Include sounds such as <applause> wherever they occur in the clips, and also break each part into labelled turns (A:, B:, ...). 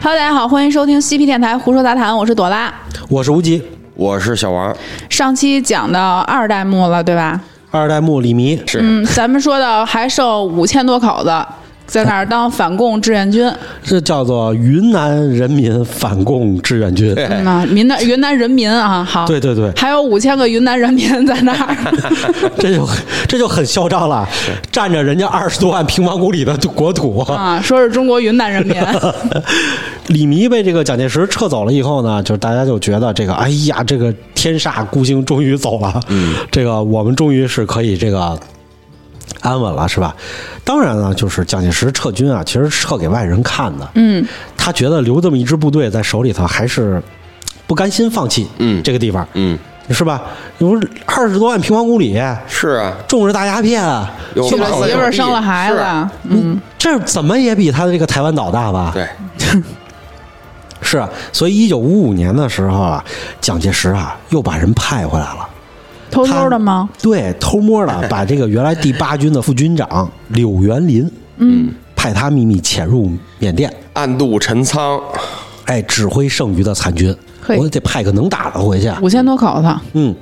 A: Hello，大家好，欢迎收听嬉皮电台胡说杂谈，我是朵拉。
B: 我是无极，
C: 我是小王，
A: 上期讲到二代目了，对吧？
B: 二代目李弥。
C: 是、
A: 嗯，咱们说到还剩五千多口子在那儿当反共志愿军，
B: 这叫做云南人民反共志愿军。
C: 对
A: 嗯啊，云南云南人民啊，好，
B: 对
A: <laughs>
B: 对对，
A: 还有五千个云南人民在那儿，
B: 这就这就很嚣张了，占着人家二十多万平方公里的国土。
A: 啊，说是中国云南人民，
B: 李弥被这个蒋介石撤走了以后呢，就是大家就觉得这个，哎呀，这个天煞孤星终于走了，嗯，这个我们终于是可以这个安稳了，是吧？当然了，就是蒋介石撤军啊，其实是撤给外人看的，
A: 嗯，
B: 他觉得留这么一支部队在手里头，还是不甘心放弃，
C: 嗯
B: 这个地方，
C: 嗯，
B: 是吧？你说二十多万平方公里，
C: 是啊，
B: 种着大鸦片，
C: 有
A: 娶
B: 这
A: 了
C: 房子
A: 媳妇
C: 有
A: 儿，
C: 地
A: 生了孩子
C: 是啊，
A: 嗯，
B: 这怎么也比他的这个台湾岛大吧？
C: 对，
B: 是啊，所以一九五五年的时候啊，蒋介石啊又把人派回来了，
A: 偷偷的吗？
B: 他？对，偷摸的把这个原来第八军的副军长柳元林，嗯，派他秘密潜入缅甸，
C: 暗度陈仓，
B: 哎，指挥剩余的残军，
A: 嘿
B: 我得派个能打的回去。啊
A: 五千多口子，
B: 嗯，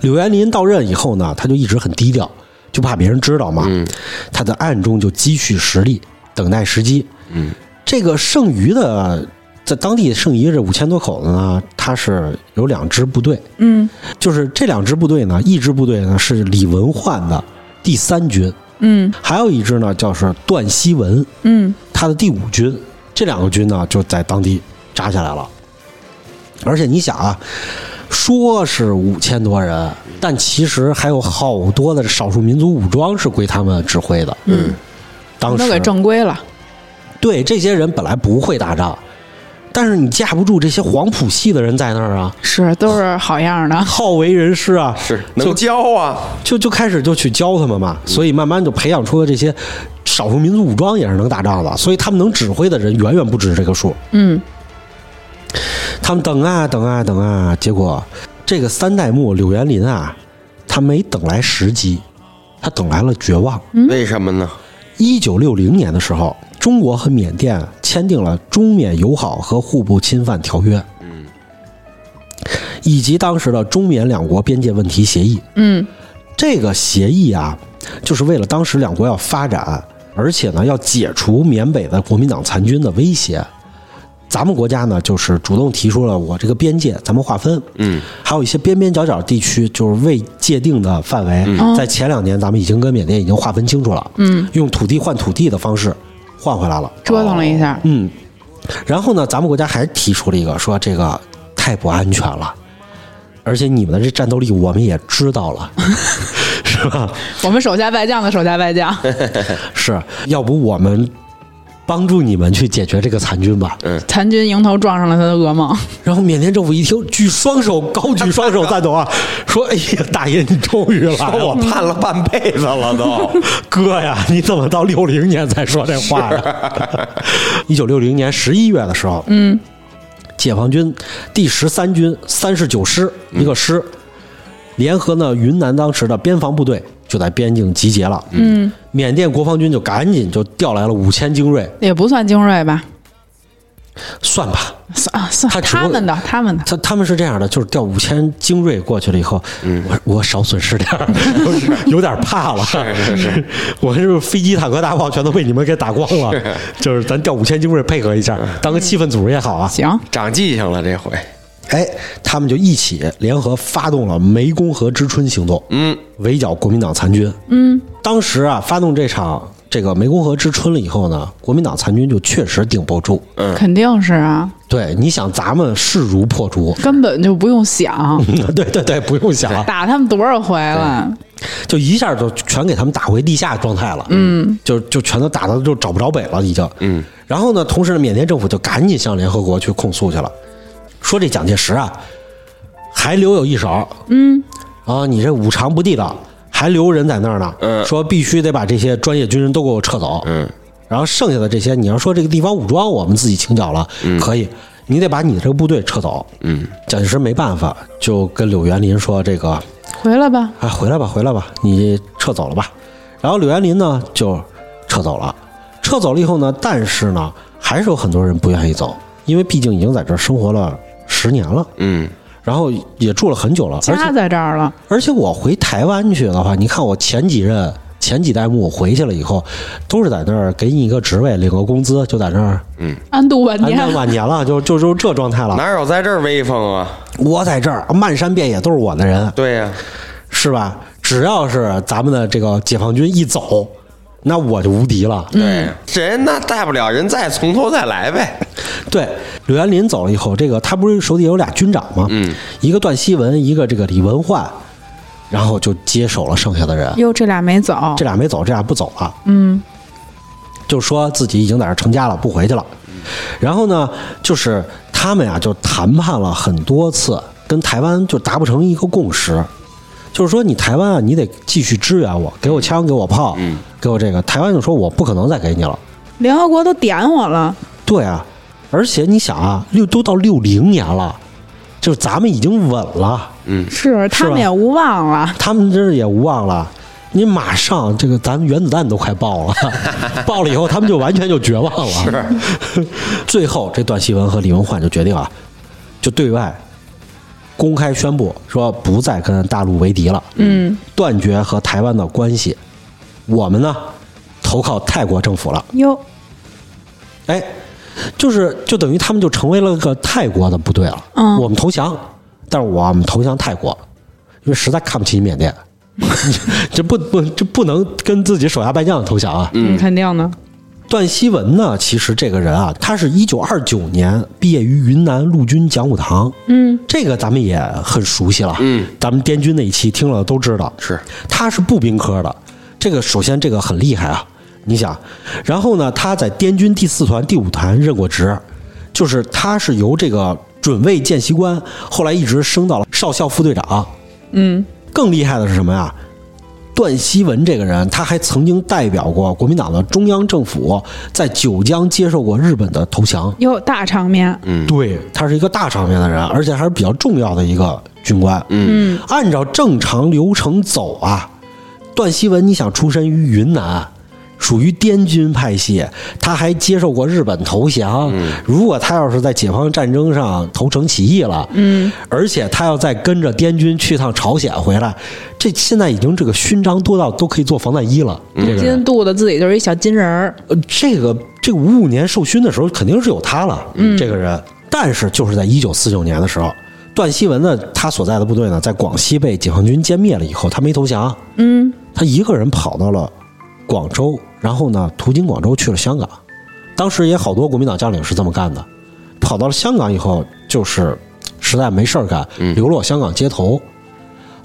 B: 柳元林到任以后呢，他就一直很低调，就怕别人知道嘛。嗯，他在暗中就积蓄实力，等待时机。
C: 嗯，
B: 这个剩余的在当地剩余这五千多口子呢，他是有两支部队，
A: 嗯
B: 就是这两支部队呢，一支部队呢是李文焕的第三军，
A: 嗯
B: 还有一支呢叫是段希文
A: 嗯
B: 他的第五军。这两个军呢就在当地扎下来了。而且你想啊，说是五千多人，但其实还有好多的少数民族武装是归他们指挥的。
A: 嗯，
B: 当
A: 都给
B: 时
A: 正规了，
B: 对这些人本来不会打仗，但是你架不住这些黄埔系的人在那儿啊，
A: 是都是好样的，
B: 好为人师啊，
C: 是
B: 就
C: 能教啊，
B: 就就开始就去教他们嘛，所以慢慢就培养出了这些少数民族武装也是能打仗的，所以他们能指挥的人远远不止这个数。
A: 嗯
B: 他们等啊等啊等啊，结果这个三代目柳元林啊，他没等来时机，他等来了绝望。
A: 嗯
C: 为什么呢？
B: 一九六零年的时候，中国和缅甸签订了《中缅友好和互不侵犯条约》，嗯，以及当时的中缅两国边界问题协议。
A: 嗯
B: 这个协议啊，就是为了当时两国要发展，而且呢要解除缅北的国民党残军的威胁。咱们国家呢，就是主动提出了我这个边界咱们划分，
C: 嗯，
B: 还有一些边边角角地区就是未界定的范围，在前两年咱们已经跟缅甸已经划分清楚了，
A: 嗯，
B: 用土地换土地的方式换回来了，
A: 折腾了一下，
B: 嗯，然后呢，咱们国家还提出了一个，说这个太不安全了，而且你们的这战斗力我们也知道了，是吧？
A: 我们手下败将的手下败将，
B: 是要不我们帮助你们去解决这个残军吧？
A: 残军迎头撞上了他的噩梦。
B: 然后缅甸政府一听，举双手高举双手赞同啊，说：“哎呀，大爷你终于来
C: 说我
B: 了，
C: 盼了半辈子了都，
B: <laughs> 哥呀，你怎么到六零年才说这话呀？” <laughs> 一九六零年十一月的时候，
A: 嗯，
B: 解放军第十三军三十九师一个师，联合呢云南当时的边防部队就在边境集结了。
A: 嗯，
B: 缅甸国防军就赶紧就调来了五千精锐，
A: 也不算精锐吧，
B: 算吧，
A: 算啊算
B: 他只不
A: 他
B: 过
A: 们的他们的，
B: 他他们是这样的，就是调五千精锐过去了以后，
C: 嗯
B: 我我少损失点儿， <laughs> 有点怕了。
C: 是是，
B: <laughs> 我是不是飞机、坦克、大炮全都被你们给打光了，就是咱调五千精锐配合一
C: 嗯
B: 下，当个气氛组织也好啊。
A: 行，
C: 长记性了这回，
B: 哎，他们就一起联合发动了湄公河之春行动，
C: 嗯，
B: 围剿国民党残军。
A: 嗯，
B: 当时啊，发动这场这个湄公河之春了以后呢，国民党残军就确实顶不住。
C: 嗯
A: 肯定是啊，
B: 对，你想咱们势如破竹， <laughs>
A: 根本就不用想，
B: 对对对，不用想了，
A: 打他们多少回了，
B: 就一下就全给他们打回地下状态了，嗯，就就全都打到就找不着北了，已经，嗯。然后呢，同时呢，缅甸政府就赶紧向联合国去控诉去了，说这蒋介石啊，还留有一手，嗯，啊，你这五常不地道，还留人在那儿呢，
C: 嗯
B: 说必须得把这些专业军人都给我撤走，
C: 嗯，
B: 然后剩下的这些，你要说这个地方武装我们自己清剿了，可以，你得把你这个部队撤走，嗯，蒋介石没办法，就跟柳元林说这个。
A: 回来吧，
B: 哎，回来吧，回来吧，你撤走了吧。然后柳元林呢就撤走了，撤走了以后呢，但是呢还还是有很多人不愿意走，因为毕竟已经在这儿生活了十年了，
C: 嗯，
B: 然后也住了很久了，而且
A: 家在这儿了，
B: 而且我回台湾去的话，你看我前几任、前几代目回去了以后，都是在那儿给你一个职位，领个工资，就在那儿
A: 安度晚
B: 安
A: 年
B: 家。晚年了，就就就这状态了。
C: 哪有在这儿威风啊？
B: 我在这儿漫山遍野都是我的人，
C: 对呀、
B: 是吧？只要是咱们的这个解放军一走，那我就无敌
A: 嗯
B: 了。
C: 对，人那大不了人再从头再来呗。
B: 对，柳岩林走了以后，这个他不是手底下有俩军长吗？
C: 嗯，
B: 一个段希文，一个这个李文焕，然后就接手了剩下的人。
A: 哟，这俩没走
B: 这，俩没走，这俩不走了。嗯，就说自己已经在这儿成家了，不回去了。然后呢，就是他们呀、就谈判了很多次，跟台湾就达不成一个共识。就是说，你台湾啊，你得继续支援我，给我枪，给我炮，给我这个。台湾就说我不可能再给你了。
A: 联合国都点我了，
B: 对啊，而且你想啊，六都到六零年了，就是咱们已经稳了，
A: 是他
B: 吧
A: 们也无望了。
B: 他们真是也无望了。你马上这个，咱们原子弹都快爆了，爆了以后他们就完全就绝望了。是，最后这段希文和李文焕就决定啊，就对外公开宣布说不再跟大陆为敌了，
A: 嗯，
B: 断绝和台湾的关系。我们呢，投靠泰国政府了。
A: 哟，
B: 哎，就是就等于他们就成为了个泰国的部队了。
A: 嗯
B: 我们投降，但是我们投降泰国，因为实在看不起缅甸，这不不这不能跟自己手下败将投降啊。
A: 嗯，肯定的。
B: 段希文呢，其实这个人啊，他是一九二九年毕业于云南陆军讲武堂，
A: 嗯，
B: 这个咱们也很熟悉了，嗯，咱们滇军那一期听了都知道，
C: 是
B: 他是步兵科的，这个首先这个很厉害啊，你想，然后呢，他在滇军第四团、第五团任过职，就是他是由这个准尉见习官，后来一直升到了少校副队长。
A: 嗯，
B: 更厉害的是什么呀？段希文这个人，他还曾经代表过国民党的中央政府在九江接受过日本的投降。
A: 哟，大场面，
B: 对，他是一个大场面的人，而且还是比较重要的一个军官。嗯，按照正常流程走啊，段希文，你想出身于云南，属于滇军派系，他还接受过日本投降。如果他要是在解放战争上投诚起义了，嗯，而且他要再跟着滇军去趟朝鲜回来，这现在已经这个勋章多到都可以做防弹衣了。这个人
A: 金肚子自己就是一小金人儿，
B: 呃，这个这个五五年授勋的时候肯定是有他了，嗯，这个人。但是就是在一九四九年的时候，段希文呢，他所在的部队呢，在广西被解放军歼灭了以后，他没投降，嗯，他一个人跑到了广州，然后呢，途经广州去了香港。当时也好多国民党将领是这么干的，跑到了香港以后，就是实在没事儿干，流落香港街头。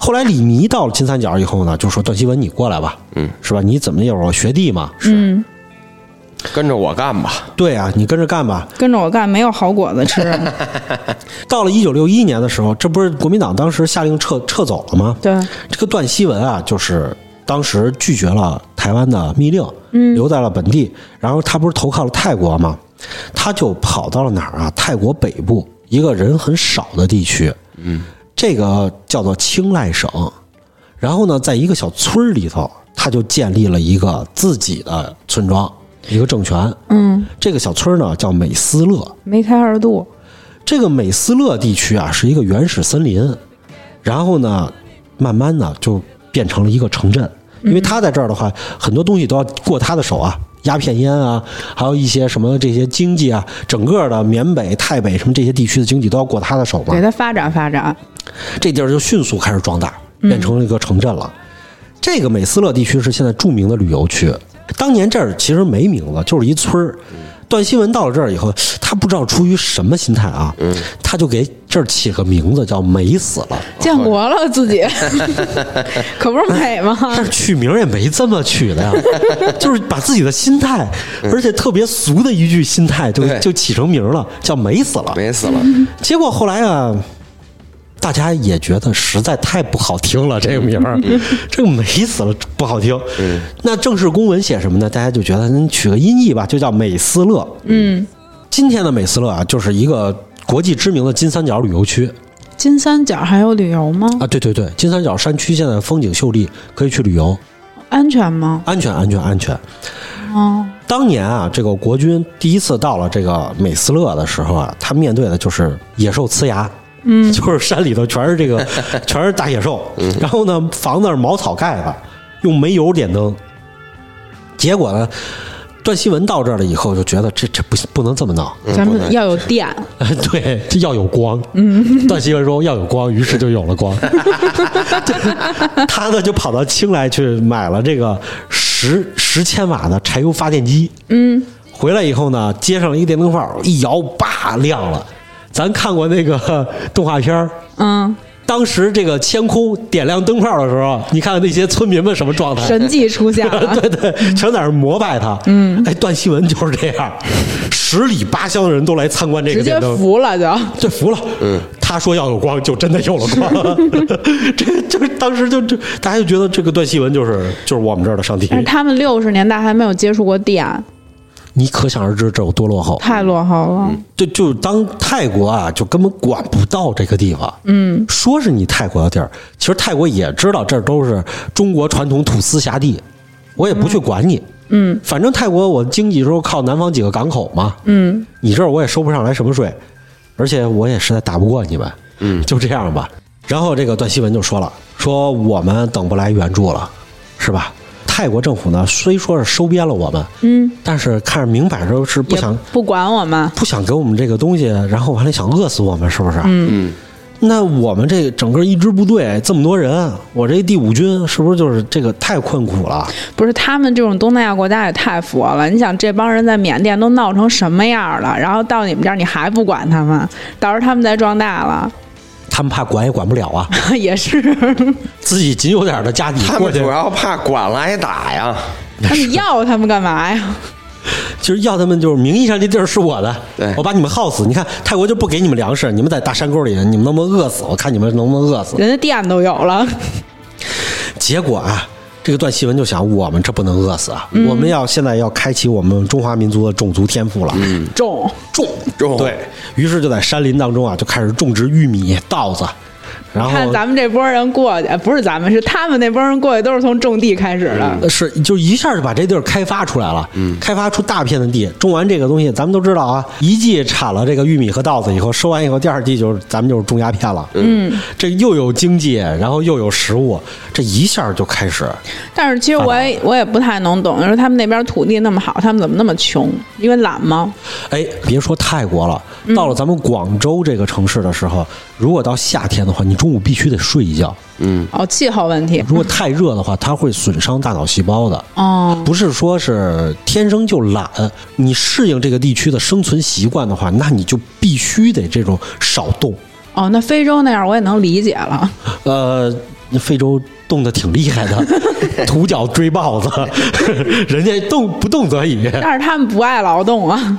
B: 后来李弥到了金三角以后呢，就说段希文你过来吧，嗯，是吧？你怎么也是我学弟嘛，
A: 嗯，
C: 跟着我干吧。
B: 对啊，你跟着干吧。
A: 跟着我干没有好果子吃。
B: <laughs> 到了一九六一年的时候，这不是国民党当时下令撤撤走了吗？
A: 对，
B: 这个段希文啊，就是当时拒绝了台湾的密令，嗯，留在了本地。然后他不是投靠了泰国吗？他就跑到了哪儿啊？泰国北部一个人很少的地区，嗯，这个叫做清莱省。然后呢，在一个小村儿里头，他就建立了一个自己的村庄，一个政权。
A: 嗯，
B: 这个小村儿呢叫美斯乐，
A: 梅开二度，
B: 这个美斯乐地区啊是一个原始森林，然后呢，慢慢呢就变成了一个城镇，因为他在这儿的话，很多东西都要过他的手啊，鸦片烟啊，还有一些什么这些经济啊，整个的缅北、泰北什么这些地区的经济都要过他的手嘛
A: 给，他发展发展。
B: 这地儿就迅速开始壮大，变成了一个城镇了。这个美斯乐地区是现在著名的旅游区，当年这儿其实没名字，就是一村儿。段希文到了这儿以后，他不知道出于什么心态啊，他就给这儿起个名字叫“美死了
A: 建国了自
B: <laughs>
A: 己，可不是美吗”，？
B: 但是取名也没这么取的呀，就是把自己的心态，而且特别俗的一句心态，就
C: 对
B: 就起成名了，叫“美死了”。
C: 没死了，
A: 嗯
B: 结果后来啊，大家也觉得实在太不好听了，这个名儿，这个美死了，不好听。那正式公文写什么呢？大家就觉得你取个音译吧，就叫美斯乐。
A: 嗯，
B: 今天的美斯乐啊，就是一个国际知名的金三角旅游区
A: 金三角还有旅游吗？
B: 啊。对对对，金三角山区现在风景秀丽，可以去旅游，
A: 安全吗？
B: 安全安全安全。
A: 哦，
B: 当年啊，这个国军第一次到了这个美斯勒的时候啊，他面对的就是野兽呲牙，嗯，就是山里头全是这个全是大野兽，然后呢，房子是茅草盖的，用煤油点灯。结果呢，段希文到这儿了以后就觉得这这不行，嗯不能这么闹，
A: 咱们要有电，
B: <laughs> 对，这要有光。嗯， <laughs> 段希文说要有光，于是就有了光。 <laughs> 他呢就跑到清莱去买了这个十十千瓦的柴油发电机。嗯，回来以后呢，接上了一电灯泡，一摇，叭亮了。咱看过那个 <laughs> 动画片儿
A: 嗯，
B: 当时这个天空点亮灯泡的时候，你看看那些村民们什么状态？ <laughs>
A: 神啊迹出现了，
B: 啊对对，全在那儿膜拜他。嗯，哎，段希文就是这样，十里八乡的人都来参观这个
A: 直
B: 电
A: 接
B: 灯。
A: 服了就。
B: 这服了，嗯，他说要有光，就真的有了 <laughs> 光，这就是当时就就大家就觉得这个段希文就是就是我们这儿的上帝
A: 但，是他们六十年代还没有接触过电，
B: 你可想而知这有多落后。
A: 太落后了。
B: 就就当泰国啊，就根本管不到这个地方，嗯，说是你泰国的地儿，其实泰国也知道这儿都是中国传统土司辖地，我也不去管你，嗯，反正泰国我经济时候靠南方几个港口嘛，嗯，你这儿我也收不上来什么税，而且我也实在打不过你们，嗯，就这样吧。然后这个段希文就说了，说我们等不来援助了，是吧？泰国政府呢，虽说是收编了我们，嗯，但是看着明摆着是不
A: 也
B: 想
A: 不管我们，
B: 不想给我们这个东西，然后完了想饿死我们，是不是？嗯。那我们这整个一支部队这么多人，我这第五军是不是就是这个太困苦了？
A: 不是他们这种东南亚国家也太佛了。你想，这帮人在缅甸都闹成什么样了，然后到你们这儿你还不管他们，到时候他们再壮大了 <laughs>
B: 他们怕管也管不
C: <laughs>
B: 了啊，
A: 也
B: <laughs>
A: 是。
B: 自己仅有点儿的家底
C: 他
B: 过
C: 们
B: 去
C: 主，要怕管了挨打呀，
A: 那你要他们干嘛呀？
B: 就是要他们就是名义上这地儿是我的
C: 对，
B: 我把你们耗死。你看泰国就不给你们粮食，你们在大山沟里，你们能不能饿死？我看你们能不能饿死？
A: 人家电都有了，
B: 结果啊，这个段希文就想，我们这不能饿死啊，
C: 嗯
B: 我们要现在要开启我们中华民族的种族天赋了。
C: 嗯
A: 种
B: 种
C: 种
B: 对于是就在山林当中啊，就开始种植玉米、稻子，然
A: 看
B: 后
A: 咱们这波人过去，呃不是咱们，是他们那波人过去都是从种地开始的。
B: 呃是就一下就把这地儿开发出来了，嗯，开发出大片的地，种完这个东西，咱们都知道啊，一季产了这个玉米和稻子以后，收完以后，第二季就是咱们就是种鸦片了，嗯，这又有经济，然后又有食物，这一下就开始，
A: 但是其实我也我也不太能懂，就是他们那边土地那么好，他们怎么那么穷？因为懒吗？
B: 哎，别说泰国了，到了咱们广州这个城市的时候，如果到夏天的话，你中午必须得睡一觉，
A: 哦，气候问题。
B: 如果太热的话，它会损伤大脑细胞的。
A: 哦，
B: 不是说是天生就懒，你适应这个地区的生存习惯的话，那你就必须得这种少动。
A: 哦，那非洲那样我也能理解了。
B: <laughs> 呃，非洲冻得挺厉害的，土脚追豹子， <laughs> 人家动不动则已。
A: 但是他们不爱劳动啊，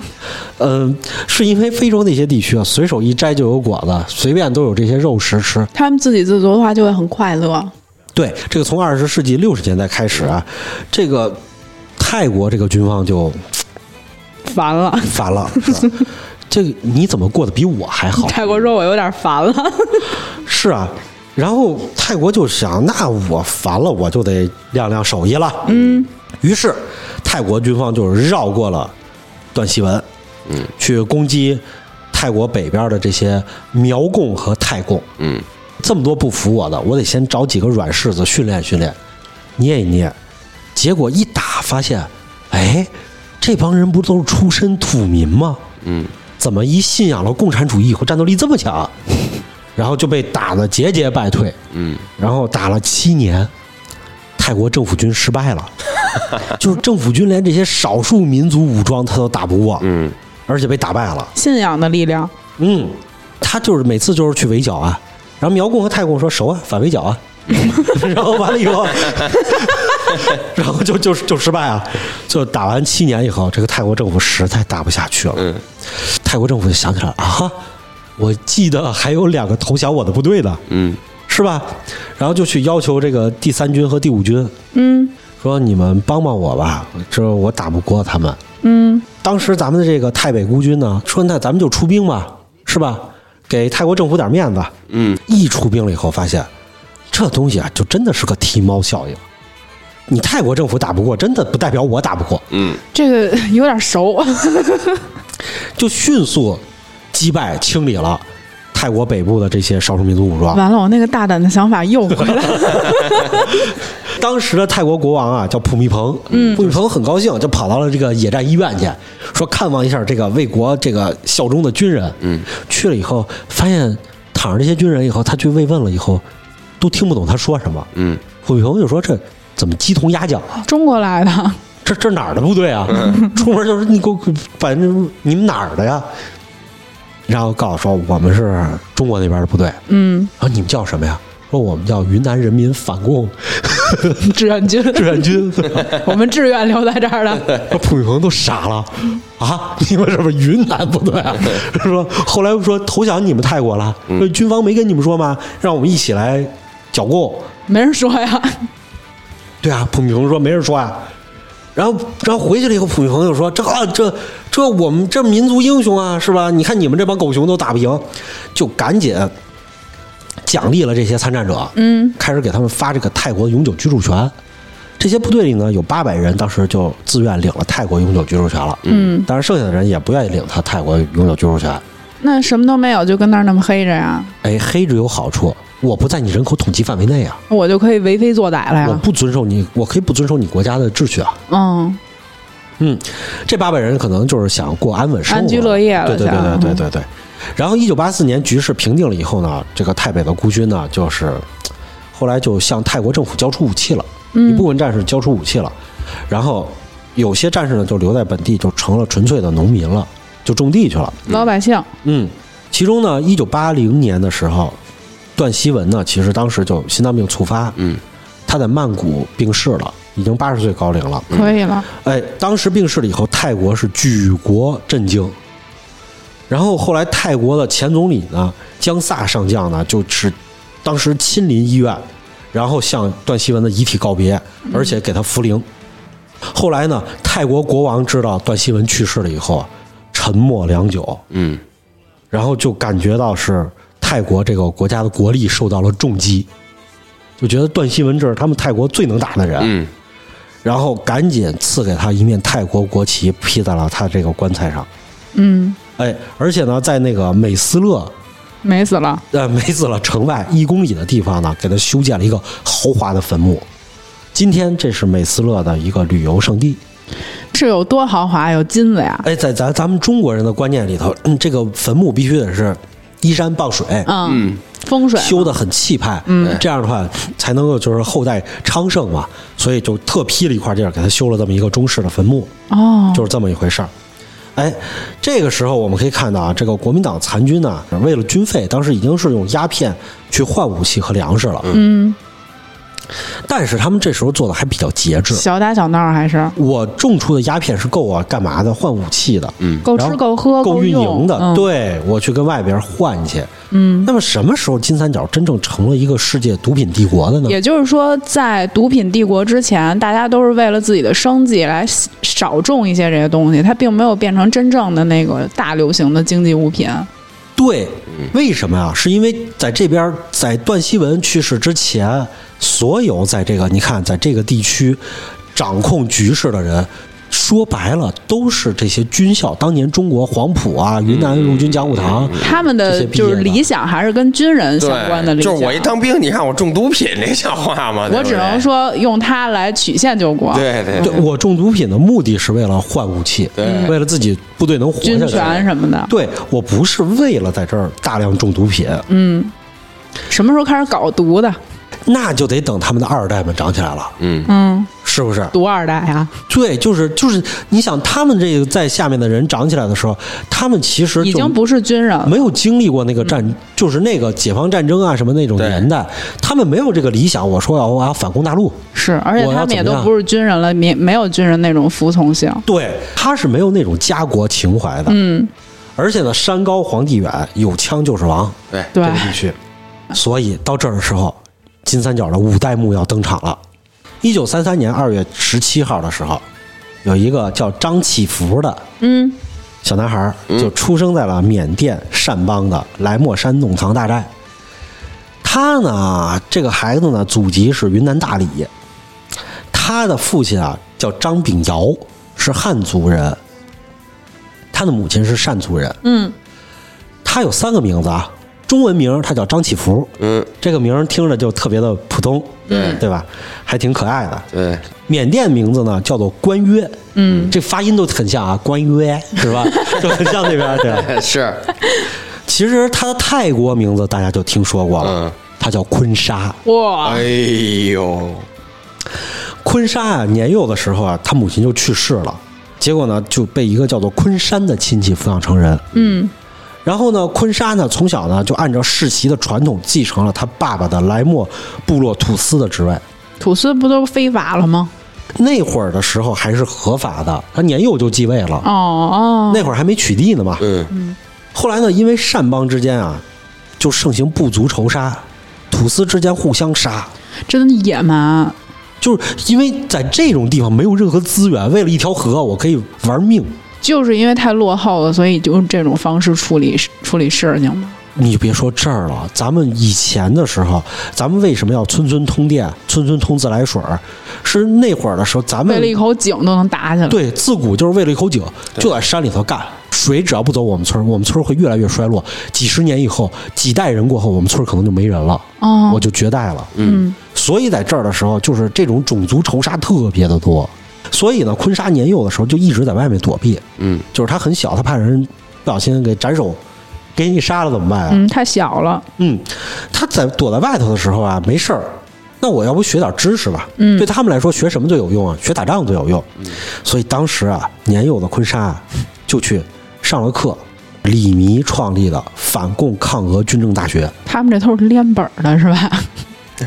B: 嗯、是因为非洲那些地区啊，随手一摘就有果子，随便都有这些肉食吃。
A: 他们自给自足的话就会很快乐。
B: 对，这个从二十世纪六十年代开始啊，这个泰国这个军方就
A: 烦了，
B: 烦了，是吧这个你怎么过得比我还好？
A: <laughs> 泰国说我有点烦了，
B: 是啊，然后泰国就想，那我烦了，我就得亮亮手艺了。嗯，于是泰国军方就是绕过了段希文，嗯，去攻击泰国北边的这些苗共和泰共。
C: 嗯，
B: 这么多不服我的，我得先找几个软柿子训练训练，捏一捏。结果一打发现，哎，这帮人不都是出身土民吗？
C: 嗯，
B: 怎么一信仰了共产主义以后战斗力这么强？然后就被打得节节败退，
C: 嗯，
B: 然后打了七年，泰国政府军失败了，就是政府军连这些少数民族武装他都打不过，
C: 嗯，
B: 而且被打败了，
A: 信仰的力量。
B: 嗯，他就是每次就是去围剿啊，然后苗共和泰共说熟啊，反围剿
C: <laughs>
B: 啊，然后完了以后， <laughs> 然后就就就失败啊，就打完七年以后，这个泰国政府实在打不下去了，
C: 嗯，
B: 泰国政府就想起来了啊，我记得还有两个投降我的部队呢，
C: 嗯，
B: 是吧？然后就去要求这个第三军和第五军，
A: 嗯，
B: 说你们帮帮我吧，这我打不过他们。嗯，当时咱们的这个太北孤军呢，说那咱们就出兵吧，是吧？给泰国政府点面子。
C: 嗯，
B: 一出兵了以后，发现这东西啊，就真的是个剃猫效应。你泰国政府打不过，真的不代表我打不过，
A: 这个有点熟，
B: 就迅速击败清理了泰国北部的这些少数民族武装。
A: 完了，我那个大胆的想法又回来
B: <laughs>
A: 了。
B: 当时的泰国国王啊叫普密蓬，嗯，普密蓬很高兴，就跑到了这个野战医院去，说看望一下这个为国这个效忠的军人，嗯，去了以后发现躺着这些军人以后，他去慰问了以后，都听不懂他说什么，
C: 嗯，
B: 普密蓬就说这怎么鸡同鸭讲啊？
A: 中国来的，
B: 这这哪儿的部队啊？ <laughs> 出门就是你给我把那你们哪儿的呀？然后告诉说我们是中国那边的部队，
A: 嗯，
B: 然后你们叫什么呀？说我们叫云南人民反共
A: 志愿军，
B: 志愿军。
A: <laughs> 我们志愿留在这儿 <laughs> 的。
B: 普雨鹏都傻了啊！你们是不是云南部队啊？说后来说投降你们泰国了，说军方没跟你们说吗？让我们一起来剿共。
A: 没人说呀，
B: 对啊，普雨鹏说没人说呀、然后，然后回去了以后，普雨鹏就说：“这啊这这，我们这民族英雄啊，是吧？你看你们这帮狗熊都打不赢，就赶紧奖励了这些参战者，嗯，开始给他们发这个泰国永久居住权。这些部队里呢，有八百人当时就自愿领了泰国永久居住权了，嗯，但是剩下的人也不愿意领他泰国永久居住权。
A: 那什么都没有，就跟那儿那么黑着呀，
B: 哎，黑着有好处，我不在你人口统计范围内啊，
A: 我就可以为非作歹了
B: 我
A: 呀。
B: 不遵守你，我可以不遵守你国家的秩序啊。
A: 嗯，
B: 嗯，这八百人可能就是想过安稳生活，
A: 安居乐业了嗯
B: 对对对
A: 想
B: 对对对对。然后，一九八四年局势平定了以后呢，这个泰北的孤军呢，就是嘖后来就向泰国政府交出武器了，
A: 嗯
B: 一部分战士交出武器了，然后有些战士呢就留在本地，就成了纯粹的农民了，就种地去了。
A: 老百姓，
B: 嗯，其中呢，一九八零年的时候，段希文呢，其实当时就心脏病猝发，
C: 嗯，
B: 他在曼谷病逝了，已经八十岁高龄了。
A: 可以了。
B: 哎，当时病逝了以后，泰国是举国震惊。然后后来，泰国的前总理呢，江萨上将呢，就是当时亲临医院，然后向段希文的遗体告别，而且给他扶灵。后来呢，泰国国王知道段希文去世了以后，啊沉默良久，
C: 嗯，
B: 然后就感觉到是泰国这个国家的国力受到了重击，就觉得段希文这是他们泰国最能打的人，
C: 嗯，
B: 然后赶紧赐给他一面泰国国旗披在了他这个棺材上，
A: 嗯，
B: 哎，而且呢，在那个美斯勒
A: 美死了，
B: 呃梅子勒城外一公里的地方呢，给他修建了一个豪华的坟墓。今天这是美斯勒的一个旅游胜地。
A: 是有多豪华，有金子呀。
B: 哎，在咱咱们中国人的观念里头，嗯这个坟墓必须得是依山傍水，
A: 嗯，风水
B: 修得很气派，
A: 嗯
B: 这样的话才能够就是后代昌盛嘛，所以就特批了一块地儿给他修了这么一个中式的坟墓，
A: 哦，
B: 就是这么一回事儿。哎，这个时候我们可以看到啊，这个国民党残军呢、为了军费，当时已经是用鸦片去换武器和粮食了，
A: 嗯，
B: 但是他们这时候做的还比较节制。
A: 小打小闹还是
B: 我种出的鸦片是够我干嘛的？换武器的，
A: 够
B: 然
A: 哦吃
B: 后
A: 够喝
B: 够运
A: 用
B: 营的，
A: 嗯
B: 对我去跟外边换去。嗯，那么什么时候金三角真正成了一个世界毒品帝国的呢？
A: 也就是说，在毒品帝国之前，大家都是为了自己的生计来少种一些这些东西，它并没有变成真正的那个大流行的经济物品。
B: 对，为什么呀？是因为在这边，在段希文去世之前，所有在这个你看，在这个地区掌控局势的人。说白了，都是这些军校，当年中国黄埔啊、云南陆军讲武堂，
A: 他们
B: 这
A: 的
B: 些毕业
A: 就
B: 的
A: 是理想还是跟军 <laughs> 人相关的
C: 对，
A: 理想。
C: 就是我一当兵，你让我中毒品，这像话吗？对
A: 我
C: 不对
A: 只能，说用它来曲线救国。
C: 对对
B: 对我种毒品的目的是为了换武器，
C: 对
B: 为了自己部队能活
A: 军
B: 下
A: 权
B: 去。
A: 什么的，
B: 对我不是为了在这儿大量种毒品，
A: 嗯什么时候开始搞毒的？
B: 那就得等他们的二代们长起来了，
A: 嗯，
B: 是不是？
A: 毒二代啊，
B: 对，就是就是，你想他们这个在下面的人长起来的时候，他们其实就
A: 已经不嗯是军人了。
B: 没有经历过那个战，就是那个解放战争啊什么那种
C: 对
B: 年代，他们没有这个理想。我说要我要反攻大陆，
A: 是，而且
B: 我要
A: 他们也
B: 怎么
A: 都
B: 样
A: 不是军人了，没没有军人那种服从性。
B: 对，他是没有那种家国情怀的。嗯，而且呢，山高皇帝远，有枪就是王，
C: 对
A: 对
B: 这个，地区。所以到这儿的时候，金三角的五代目要登场了。一九三三年二月十七号的时候，有一个叫张启福的
A: 嗯，
B: 小男孩儿就出生在了缅甸掸邦的莱莫山弄堂大寨。他呢，这个孩子呢，祖籍是云南大理。他的父亲啊叫张炳尧，是汉族人，他的母亲是善族人。嗯，他有三个名字啊，中文名他叫张祈福，
C: 嗯，
B: 这个名儿听着就特别的普通，
C: 对
B: 对吧？还挺可爱的。
C: 对，
B: 缅甸名字呢叫做关约，嗯，这发音都很像啊，关约是吧？ <laughs> 就很像那边
A: <laughs>
B: 对。
C: 是，
B: 其实他的泰国名字大家就听说过了，
C: 嗯
B: 他叫坤沙。
A: 哇，
C: 哎呦，
B: 坤沙啊，年幼的时候啊，他母亲就去世了，结果呢就被一个叫做昆山的亲戚抚养成人。嗯，然后呢，昆沙呢从小呢就按照世袭的传统继承了他爸爸的莱莫部落土司的职位。
A: 土司不都非法了吗？
B: 那会儿的时候还是合法的，他年幼就继位了，
A: 哦哦，
B: 那会儿还没取缔呢嘛。
C: 嗯，
B: 后来呢，因为善邦之间啊，就盛行部族仇杀，土司之间互相杀，
A: 真野蛮，
B: 就是因为在这种地方没有任何资源，为了一条河，我可以玩命。
A: 就是因为太落后了，所以就用这种方式处理处理事情嘛。
B: 你别说这儿了，咱们以前的时候，咱们为什么要村村通电、村村通自来水儿？是那会儿的时候，咱
A: 为
B: 们
A: 了一口井都能打起来。
B: 对自古就是为了一口井，就在山里头干。水只要不走我们村儿，我们村儿会越来越衰落。几十年以后，几代人过后，我们村儿可能就没人了，
A: 哦
B: 我，就绝代了。
A: 嗯，
B: 所以在这儿的时候，就是这种种族仇杀特别的多。所以呢，坤沙年幼的时候就一直在外面躲避，
C: 嗯，
B: 就是他很小，他怕人不小心给斩首，给你杀了怎么办啊？
A: 嗯，太小了，
B: 嗯，他在躲在外头的时候啊，没事儿。那我要不学点知识吧？嗯，对他们来说，学什么最有用啊？学打仗最有用。所以当时啊，年幼的坤沙啊，就去上了课。李弥创立的反共抗俄军政大学，
A: 他们这都是连本儿的， <laughs> 是吧？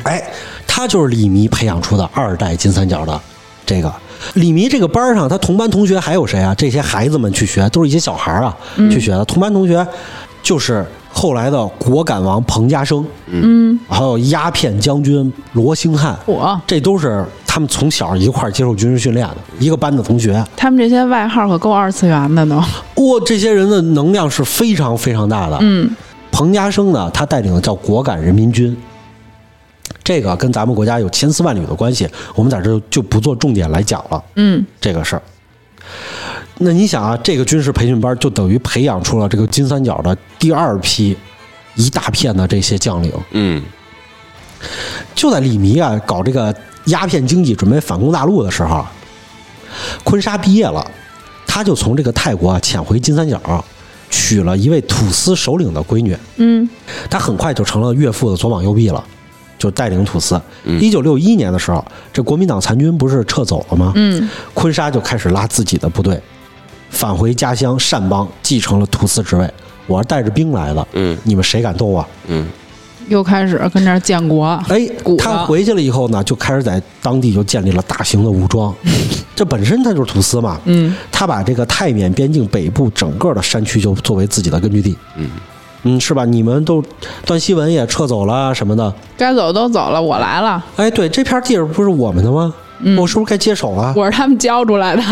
B: 哎，他就是李弥培养出的二代金三角的这个。李弥这个班儿上，他同班同学还有谁啊？这些孩子们去学，都是一些小孩儿啊、去学的。同班同学就是后来的果敢王彭家声，嗯，还有鸦片将军罗兴汉，
A: 我
B: 这都是他们从小一块儿接受军事训练的一个班的同学。
A: 他们这些外号可够二次元的都。
B: 哇，这些人的能量是非常非常大的。嗯，彭家声呢，他带领的叫果敢人民军，这个跟咱们国家有千丝万缕的关系，我们在这就不做重点来讲了。
A: 嗯，
B: 这个事儿。那你想啊，这个军事培训班就等于培养出了这个金三角的第二批一大片的这些将领。
C: 嗯，
B: 就在李弥啊搞这个鸦片经济准备反攻大陆的时候啊，坤沙毕业了，他就从这个泰国啊潜回金三角，娶了一位土司首领的闺女。
A: 嗯，
B: 他很快就成了岳父的左膀右臂了，就带领土司。一九六一年的时候，这国民党残军不是撤走了吗？嗯，坤沙就开始拉自己的部队返回家乡善邦，继承了土司职位。我是带着兵来的，
C: 嗯，
B: 你们谁敢动我、
A: 又开始跟这儿建国。
B: 哎
A: 鼓，
B: 他
A: 了
B: 回去了以后呢，就开始在当地就建立了大型的武装。这本身他就是土司嘛，嗯，他把这个泰缅边境北部整个的山区就作为自己的根据地，嗯是吧？你们都段希文也撤走了什么的，
A: 该走都走了，我来了，
B: 哎，对，这片地儿不是我们的吗？我是不是该接手了？
A: 我是他们教出来的。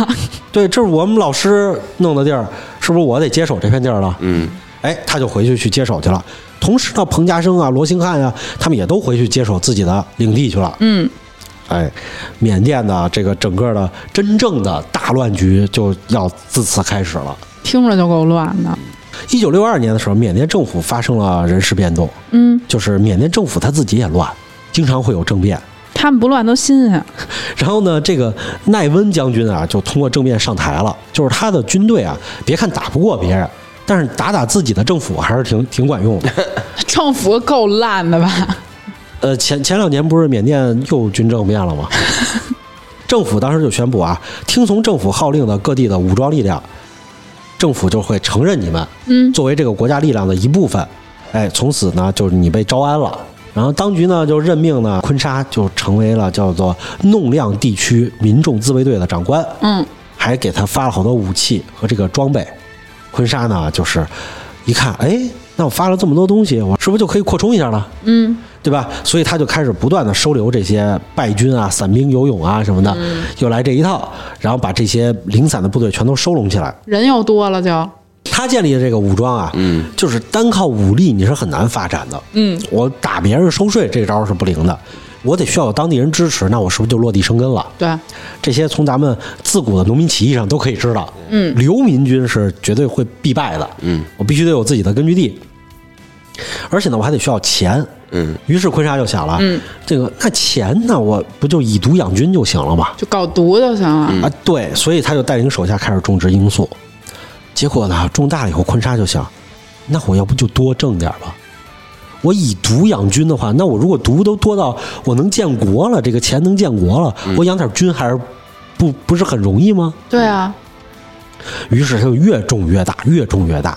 B: 对，这是我们老师弄的地儿，是不是我得接手这片地儿了？嗯，哎，他就回去去接手去了。同时呢，彭家声啊、罗兴汉啊，他们也都回去接手自己的领地去了。
A: 嗯，
B: 哎，缅甸的这个整个的真正的大乱局就要自此开始了。
A: 听着就够乱的。
B: 一九六二年的时候，缅甸政府发生了人事变动，
A: 嗯，
B: 就是缅甸政府他自己也乱，经常会有政变。
A: 他们不乱都新鲜。
B: 然后呢，这个奈温将军啊，就通过政变上台了。就是他的军队啊，别看打不过别人，但是打打自己的政府还是挺挺管用的。
A: 政府够烂的吧？
B: 呃，前前两年不是缅甸又军政变了吗？政府当时就宣布啊，听从政府号令的各地的武装力量，政府就会承认你们，
A: 嗯
B: 作为这个国家力量的一部分。哎，从此呢，就是你被招安了。然后当局呢就任命呢坤沙就成为了叫做弄亮地区民众自卫队的长官，
A: 嗯，
B: 还给他发了好多武器和这个装备。坤沙呢就是一看，哎，那我发了这么多东西，我是不是就可以扩充一下了？
A: 嗯，
B: 对吧？所以他就开始不断的收留这些败军啊、散兵游勇啊什么的，
A: 嗯
B: 又来这一套，然后把这些零散的部队全都收拢起来。
A: 人又多了就。
B: 他建立的这个武装啊，嗯，就是单靠武力你是很难发展的，
A: 嗯，
B: 我打别人收税这招是不灵的，我得需要有当地人支持，那我是不是就落地生根了？
A: 对，
B: 这些从咱们自古的农民起义上都可以知道，嗯，流民军是绝对会必败的，嗯，我必须得有自己的根据地，而且呢，我还得需要钱，嗯，于是坤沙就想了，嗯，这个那钱呢，我不就以毒养菌就行了吗？
A: 就搞毒就行了。
B: 啊，对，所以他就带领手下开始种植罂粟，结果呢，种大了以后，坤沙就想，那我要不就多挣点儿吧。我以毒养菌的话，那我如果毒都多到我能建国了，这个钱能建国了，我养点菌还是不不是很容易吗？
A: 对啊，
B: 于是他就越种越大，越种越大。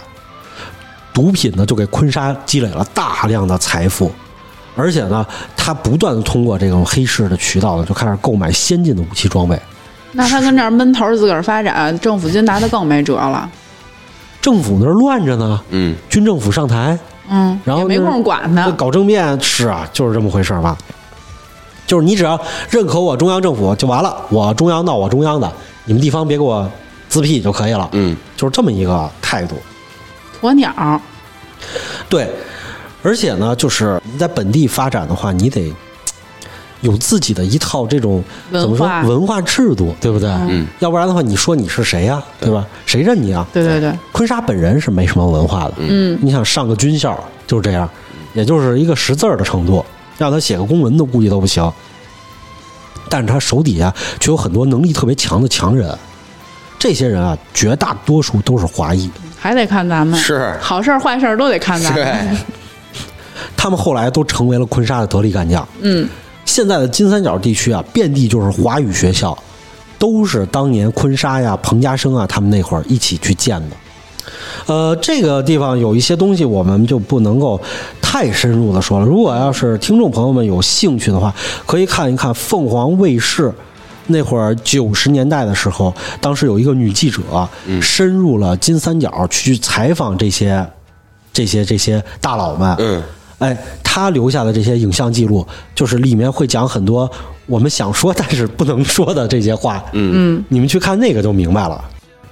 B: 毒品呢，就给坤沙积累了大量的财富，而且呢，他不断的通过这种黑市的渠道呢，就开始购买先进的武器装备。
A: 那他跟这儿闷头儿自个儿发展，政府军拿他更没辙了。
B: 政府那儿乱着呢，
C: 嗯，
B: 军政府上台，
A: 嗯，
B: 然后
A: 也没
B: 就是
A: 空管他
B: 那。搞政变是啊，就是这么回事儿吧？就是你只要认可我中央政府就完了，我中央闹我中央的，你们地方别给我自辟就可以了。
C: 嗯，
B: 就是这么一个态度。
A: 鸵鸟儿，
B: 对，而且呢，就是你在本地发展的话，你得有自己的一套这种
A: 文化
B: 怎么说文化制度，对不对？
C: 嗯，
B: 要不然的话，你说你是谁呀、对吧？谁认你啊？
A: 对对对，
B: 坤沙本人是没什么文化的，
A: 嗯，
B: 你想上个军校就是这样，也就是一个识字儿的程度，让他写个公文都估计都不行。但是他手底下却有很多能力特别强的强人，这些人啊，绝大多数都是华裔，
A: 还得看咱们，
C: 是
A: 好事儿坏事儿都得看 <laughs> 咱们。
C: 对，
B: 他们后来都成为了坤沙的得力干将。
A: 嗯，
B: 现在的金三角地区啊，遍地就是华语学校，都是当年坤沙呀、彭家声啊他们那会儿一起去建的。呃，这个地方有一些东西我们就不能够太深入的说了。如果要是听众朋友们有兴趣的话，可以看一看凤凰卫视。那会儿九十年代的时候，当时有一个女记者深入了金三角去采访这些、这些、这些大佬们。
C: 嗯，
B: 哎，他留下的这些影像记录，就是里面会讲很多我们想说 <laughs> 但是不能说的这些话。嗯，你们去看那个就明白了。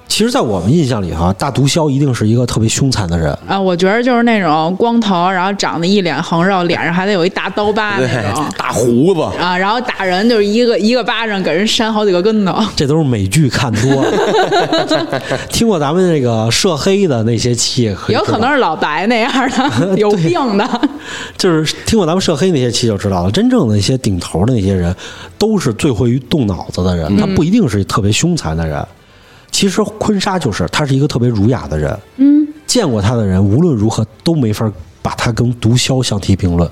B: 其实，在我们印象里哈，大毒枭一定是一个特别凶残的人。
A: 啊，我觉得就是那种光头，然后长得一脸横肉，脸上还得有一大刀疤
C: 对
A: <laughs> 那种，
C: 大胡子，
A: 啊，然后打人就是一个一个巴掌给人扇好几个跟头。
B: 这都是美剧看多了， <laughs> 听过咱们那个涉黑的那些期，也
A: 也有 <laughs> 可能是老白那样 <laughs> 的，有病的，
B: 就是听过咱们涉黑那些期就知道了，真正的那些顶头的那些人，都是最会于动脑子的
A: 嗯
B: 人，他不一定是特别凶残的人。其实坤沙就是，他是一个特别儒雅的人，嗯，见过他的人无论如何都没法把他跟毒枭相提并论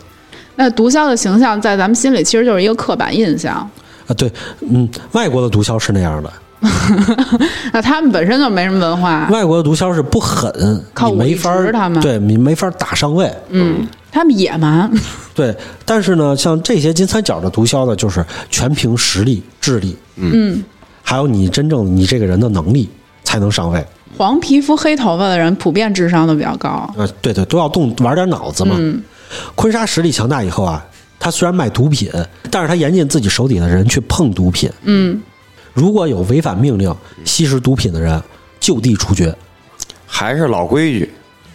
A: 那毒枭的形象在咱们心里其实就是一个刻板印象。 <laughs>
B: 啊。对，嗯，外国的毒枭是那样的，
A: 那他们本身就没什么文化，
B: 外国的毒枭是不狠，
A: 啊靠
B: 你
A: 武力
B: 没法儿
A: 值他们
B: 对你没法儿打上位，
A: 嗯，他们野蛮，
B: 对，但是呢，像这些金三角的毒枭呢，就是全凭实力、智力，
A: 嗯，
B: 还有你真正你这个人的能力才能上位。
A: 黄皮肤黑头发的人普遍智商都比较高。
B: 呃，对对，都要动玩点脑子嘛。坤沙实力强大以后啊，他虽然卖毒品，但是他严禁自己手底下的人去碰毒品。嗯，如果有违反命令吸食毒品的人，就地处决。
C: 还是老规矩，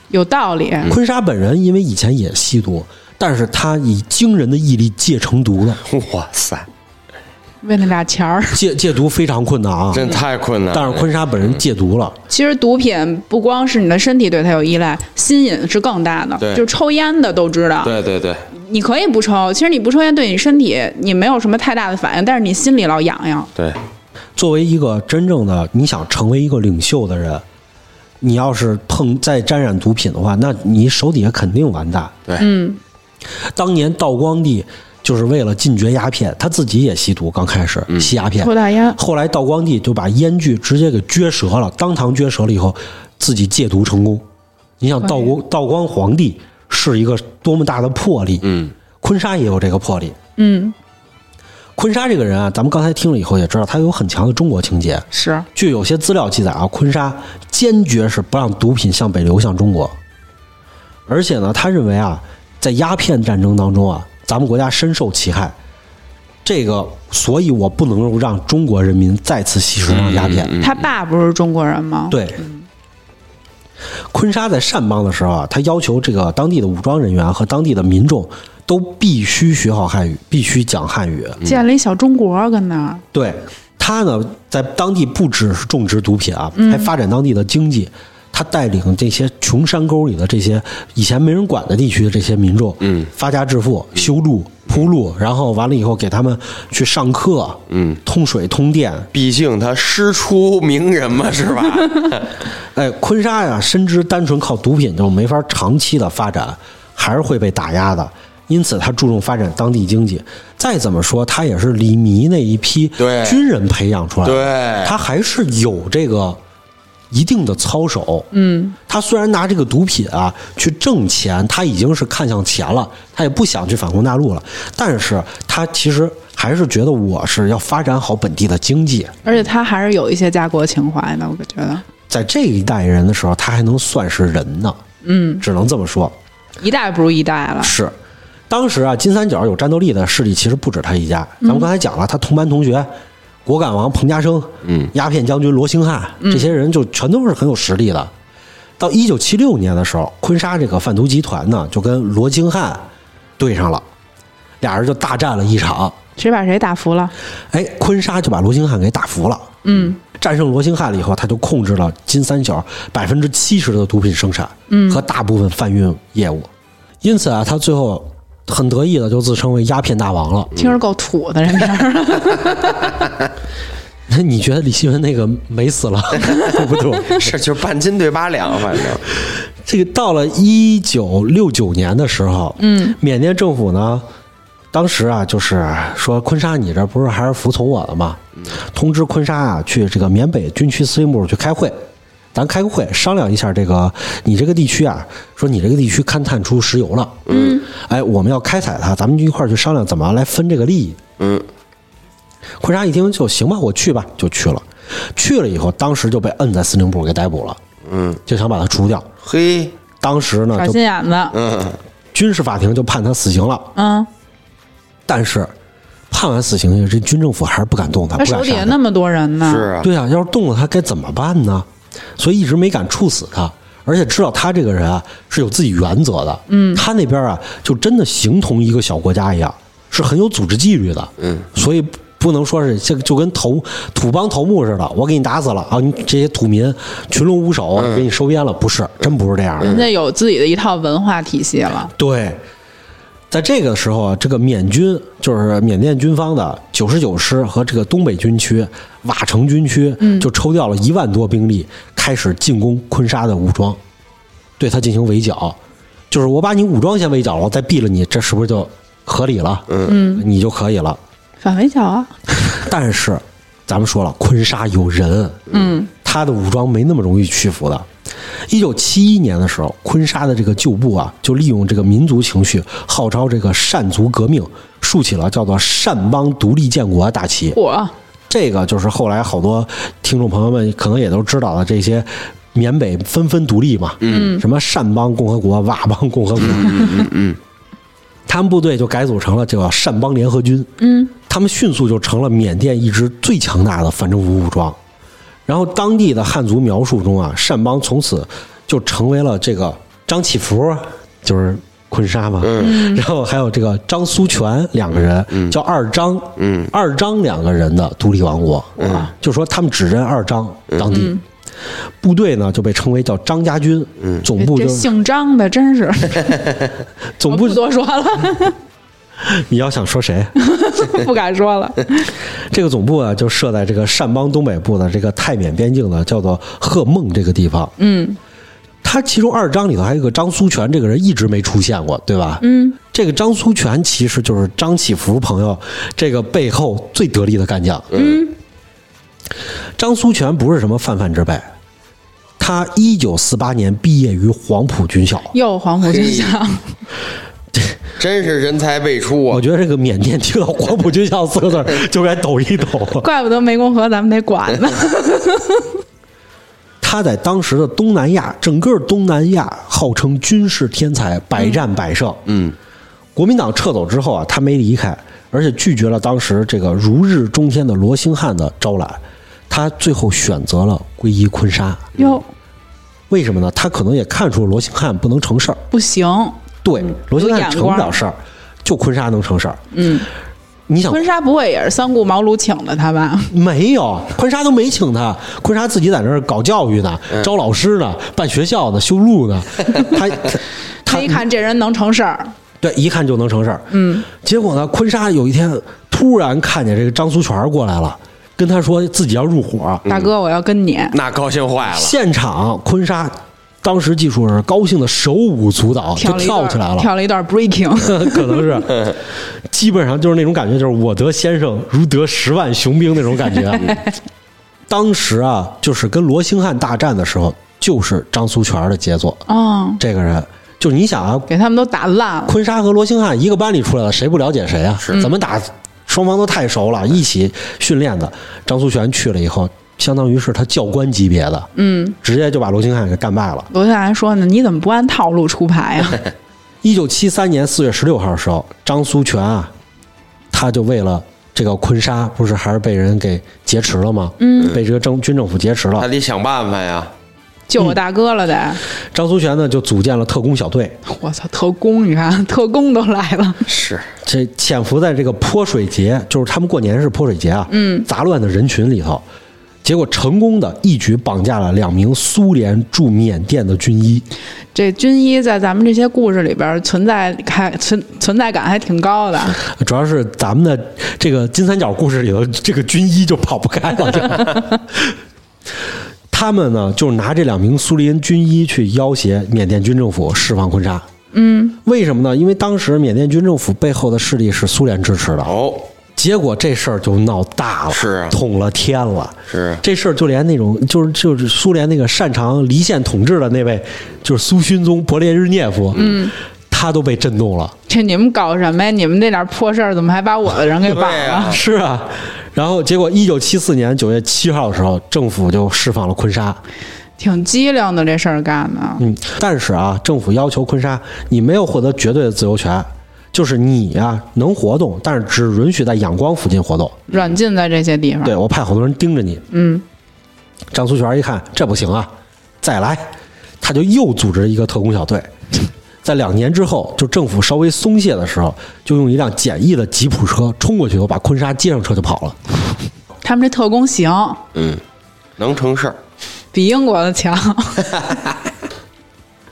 A: 有道理，
B: 坤沙本人因为以前也吸毒，但是他以惊人的毅力戒成毒了，
C: 哇塞，
A: 为那俩钱儿。
B: 戒戒毒非常困难啊。
C: 真太困难了。
B: 但是坤沙本人戒毒了。
A: 其实毒品不光是你的身体对它有依赖，心瘾是更大的。
C: 对
A: 就抽烟的都知道，
C: 对对对，
A: 你可以不抽，其实你不抽烟对你身体你没有什么太大的反应，但是你心里老痒痒。
C: 对，
B: 作为一个真正的你想成为一个领袖的人，你要是碰再沾染毒品的话，那你手底下肯定完蛋。
C: 对
B: 嗯，当年道光帝就是为了禁绝鸦片，他自己也吸毒，刚开始吸鸦片，
A: 抽大烟，
B: 后来道光帝就把烟具直接给撅折了，当堂撅折了以后，自己戒毒成功。你想道光道光皇帝是一个多么大的魄力，
C: 嗯，
B: 坤沙也有这个魄力。
A: 嗯，
B: 坤沙这个人啊，咱们刚才听了以后也知道，他有很强的中国情节。
A: 是
B: 据有些资料记载啊，坤沙坚决是不让毒品向北流向中国，而且呢，他认为啊，在鸦片战争当中啊，咱们国家深受其害，这个，所以我不能够让中国人民再次吸食上鸦
C: 嗯
B: 片。
A: 他爸不是中国人吗？，
B: 对，坤沙在善邦的时候啊，他要求这个当地的武装人员和当地的民众都必须学好汉语，必须讲汉语。
C: 嗯
A: 建了一小中国跟那儿，
B: 对他呢，在当地不只是种植毒品啊，还发展当地的经济。他带领这些穷山沟里的这些以前没人管的地区的这些民众，嗯，发家致富，修路铺路，然后完了以后给他们去上课，嗯，通水通电。
C: 毕竟他师出名人嘛，是吧？ <laughs>
B: 哎，昆沙呀，深知单纯靠毒品就没法长期的发展，还是会被打压的。因此，他注重发展当地经济。再怎么说，他也是李弥那一批
C: 对
B: 军人培养出来的，
C: 对
B: 他还是有这个一定的操守。嗯，他虽然拿这个毒品啊去挣钱，他已经是看向钱了，他也不想去反攻大陆了，但是他其实还是觉得我是要发展好本地的经济。
A: 而且他还是有一些家国情怀的，我觉得
B: 在这一代人的时候，他还能算是人呢。嗯，只能这么说。
A: 一代不如一代了。
B: 是，当时啊，金三角有战斗力的势力其实不止他一家。咱们刚才讲了，他同班同学，果敢王彭家声，嗯，鸦片将军罗兴汉，这些人就全都是很有实力的。到一九七六年的时候，昆沙这个贩毒集团呢，就跟罗兴汉对上了，俩人就大战了一场。
A: 谁把谁打服了？
C: 嗯
B: 哎，昆沙就把罗兴汉给打服了。嗯，战胜罗兴汉了以后，他就控制了金三角百分之七十的毒品生产，嗯，和大部分贩运业务。因此啊，他最后很得意的就自称为鸦片大王了。 <laughs>
A: 听着够土的，人
C: <laughs>
A: 名
C: 啊
A: 儿
B: 那你觉得李希文那个美死了， <laughs> 对不对？
C: 是，就是半斤对八两，反正
B: 这个到了一九六九年的时候，嗯，缅甸政府呢，当时啊，就是说昆沙，你这不是还是服从我的吗？通知昆沙啊，去这个缅北军区司令部去开会，咱开个会商量一下这个你这个地区啊，说你这个地区勘探出石油了，嗯，哎，我们要开采它，咱们就一块儿去商量怎么来分这个利益。
C: 嗯，
B: 昆沙一听就行吧，我去吧，就去了。去了以后，当时就被摁在司令部给逮捕了，嗯，就想把他除掉。
C: 嘿，
B: 当时呢，
A: 耍
B: 就
A: 心眼子。
C: 嗯，
B: 军事法庭就判他死刑了，
A: 嗯，
B: 但是判完死刑，这军政府还是不敢动他，
A: 他
B: 不敢
A: 手底
B: 杀
A: 下
B: 他。
A: 那么多人呢。
C: 是啊，
B: 对啊，要是动了他该怎么办呢？所以一直没敢处死他，而且知道他这个人啊是有自己原则的。嗯，他那边啊就真的形同一个小国家一样，是很有组织纪律的。嗯，所以不能说是这个就跟头土帮头目似的，我给你打死了啊，你这些土民群龙无首，给你收编了，不是，真不是这样
C: 嗯
B: 的。
A: 人家有自己的一套文化体系了。
B: 对，在这个时候啊，这个缅军就是缅甸军方的九十九师和这个东北军区瓦城军区，就抽调了一万多兵力，开始进攻昆沙的武装，对他进行围剿。就是我把你武装先围剿了，我再毙了你，这是不是就合理了？嗯，你就可以了。
A: 反围剿啊，
B: 但是咱们说了，昆沙有人，嗯，他的武装没那么容易屈服的。一九七一年的时候，昆沙的这个旧部啊，就利用这个民族情绪，号召这个善族革命，竖起了叫做善邦独立建国的大旗。
A: 我
B: 这个就是后来好多听众朋友们可能也都知道的这些。缅北纷纷独立嘛，嗯，什么善邦共和国、佤邦共和国，嗯嗯嗯，他们部队就改组成了这个善邦联合军，嗯，他们迅速就成了缅甸一支最强大的反政府武装。然后当地的汉族描述中啊，善邦从此就成为了这个张祈福，就是昆沙嘛，嗯，然后还有这个张苏全两个人，叫二张，嗯，二张两个人的独立王国，啊，就说他们只认二张当地。部队呢就被称为叫张家军，嗯、总部
A: 这
B: 就
A: 姓张的真是，
B: 总
A: 我
B: 部
A: 不多说
B: <laughs>
A: 了，
B: 你要想说谁，
A: 不敢说了。
B: 这个总部啊，就设在这个善邦东北部的这个泰缅边境的叫做贺孟这个地方。嗯，他其中二章里头还有一个张苏全这个人一直没出现过，对吧？嗯，这个张苏全其实就是张祈福朋友这个背后最得力的干将。嗯，张苏全不是什么泛泛之辈，他一九四八年毕业于黄埔军校。
A: 又黄埔军校，
C: 真是人才辈出啊
B: 我！觉得这个缅甸听到“黄埔军校”四个字儿就该抖一抖。
A: 怪不得湄公河咱们得管
B: <laughs>
A: 呢。
B: 他在当时的东南亚，整个东南亚号称军事天才，百战百胜。嗯，国民党撤走之后啊，他没离开，而且拒绝了当时这个如日中天的罗兴汉的招揽，他最后选择了皈依昆沙。
A: 哟，
B: 为什么呢？他可能也看出罗兴汉不能成事儿，
A: 不行，
B: 对，罗兴
A: 有
B: 汉
A: 眼
B: 成不
A: 光
B: 了事儿，就坤沙能成事儿。嗯，你想
A: 婚纱不会也是三顾茅庐请的他吧？
B: 没有，坤沙都没请他，坤沙自己在那儿搞教育呢，招老师呢，办学校呢，修路呢，他他
A: 他一看这人能成事儿，
B: 对，一看就能成事儿。嗯，结果呢，坤沙有一天突然看见这个张苏全儿过来了，跟他说自己要入伙，
A: 大哥我要跟你，
C: 那高兴坏了。
B: 现场坤沙当时技术是高兴的手舞足蹈，就
A: 了一
B: 跳
A: 段
B: 起来了。
A: 跳了一段 breaking， <laughs>
B: <laughs> 可能是，基本上就是那种感觉，就是我得先生如得十万雄兵那种感觉。 <laughs> 当时啊，就是跟罗兴汉大战的时候，就是张苏全儿的杰作。
A: 嗯，
B: 这个人，就是你想啊，
A: 给他们都打烂了。
B: 坤沙和罗兴汉一个班里出来的，谁不了解谁啊？怎么打，双方都太熟了，一起训练的。张苏全去了以后，相当于是他教官级别的，嗯，直接就把罗兴汉给干败了。
A: 楼下还说呢，你怎么不按套路出牌啊
B: <laughs>
A: 呀、
B: 一九七三年四月十六号的时候，张苏全啊，他就为了这个坤沙，不是还是被人给劫持了吗？嗯，被这个政军政府劫持
C: 那
B: 了。
C: 得想办法呀。
A: 救我大哥了
B: <laughs>
A: 得！
B: 张苏全呢就组建了特工小队，
A: 我操，特工，你看特工都来了，
C: 是，
B: 这潜伏在这个泼水节，就是他们过年是泼水节啊，嗯，杂乱的人群里头，结果成功的一举绑架了两名苏联驻缅甸的军医。
A: 这军医在咱们这些故事里边存在还存存在感还挺高的。
B: 主要是咱们的这个金三角故事里头，这个军医就跑不开了。这 <laughs> 他们呢，就是拿这两名苏联军医去要挟缅甸军政府释放昆沙。嗯，为什么呢？因为当时缅甸军政府背后的势力是苏联支持的，
C: 哦，
B: 结果这事儿就闹大了，
C: 是啊
B: 捅了天了。
C: 是
B: 这事儿就连那种就是就是苏联那个擅长离线统治的那位，就是苏勋宗勃列日涅夫，嗯，他都被震动了。
A: <laughs> 这你们搞什么呀？你们这点破事儿怎么还把我的人给绑
C: 对
A: 了 <laughs>
C: 啊？
B: 是啊，然后结果一九七四年九月七号的时候，政府就释放了坤沙。
A: 挺机灵的这事儿干的。
B: 嗯，但是啊，政府要求坤沙，你没有获得绝对的自由权，就是你啊能活动，但是只允许在仰光附近活动。
A: 软禁在这些地方。
B: 对我派好多人盯着你。嗯，张苏全一看这不行啊，再来，他就又组织一个特工小队。在两年之后，就政府稍微松懈的时候，就用一辆简易的吉普车冲过去，我把坤沙接上车就跑了。
A: 他们这特工行，
B: 嗯
C: 能成事儿。
A: 比英国的强。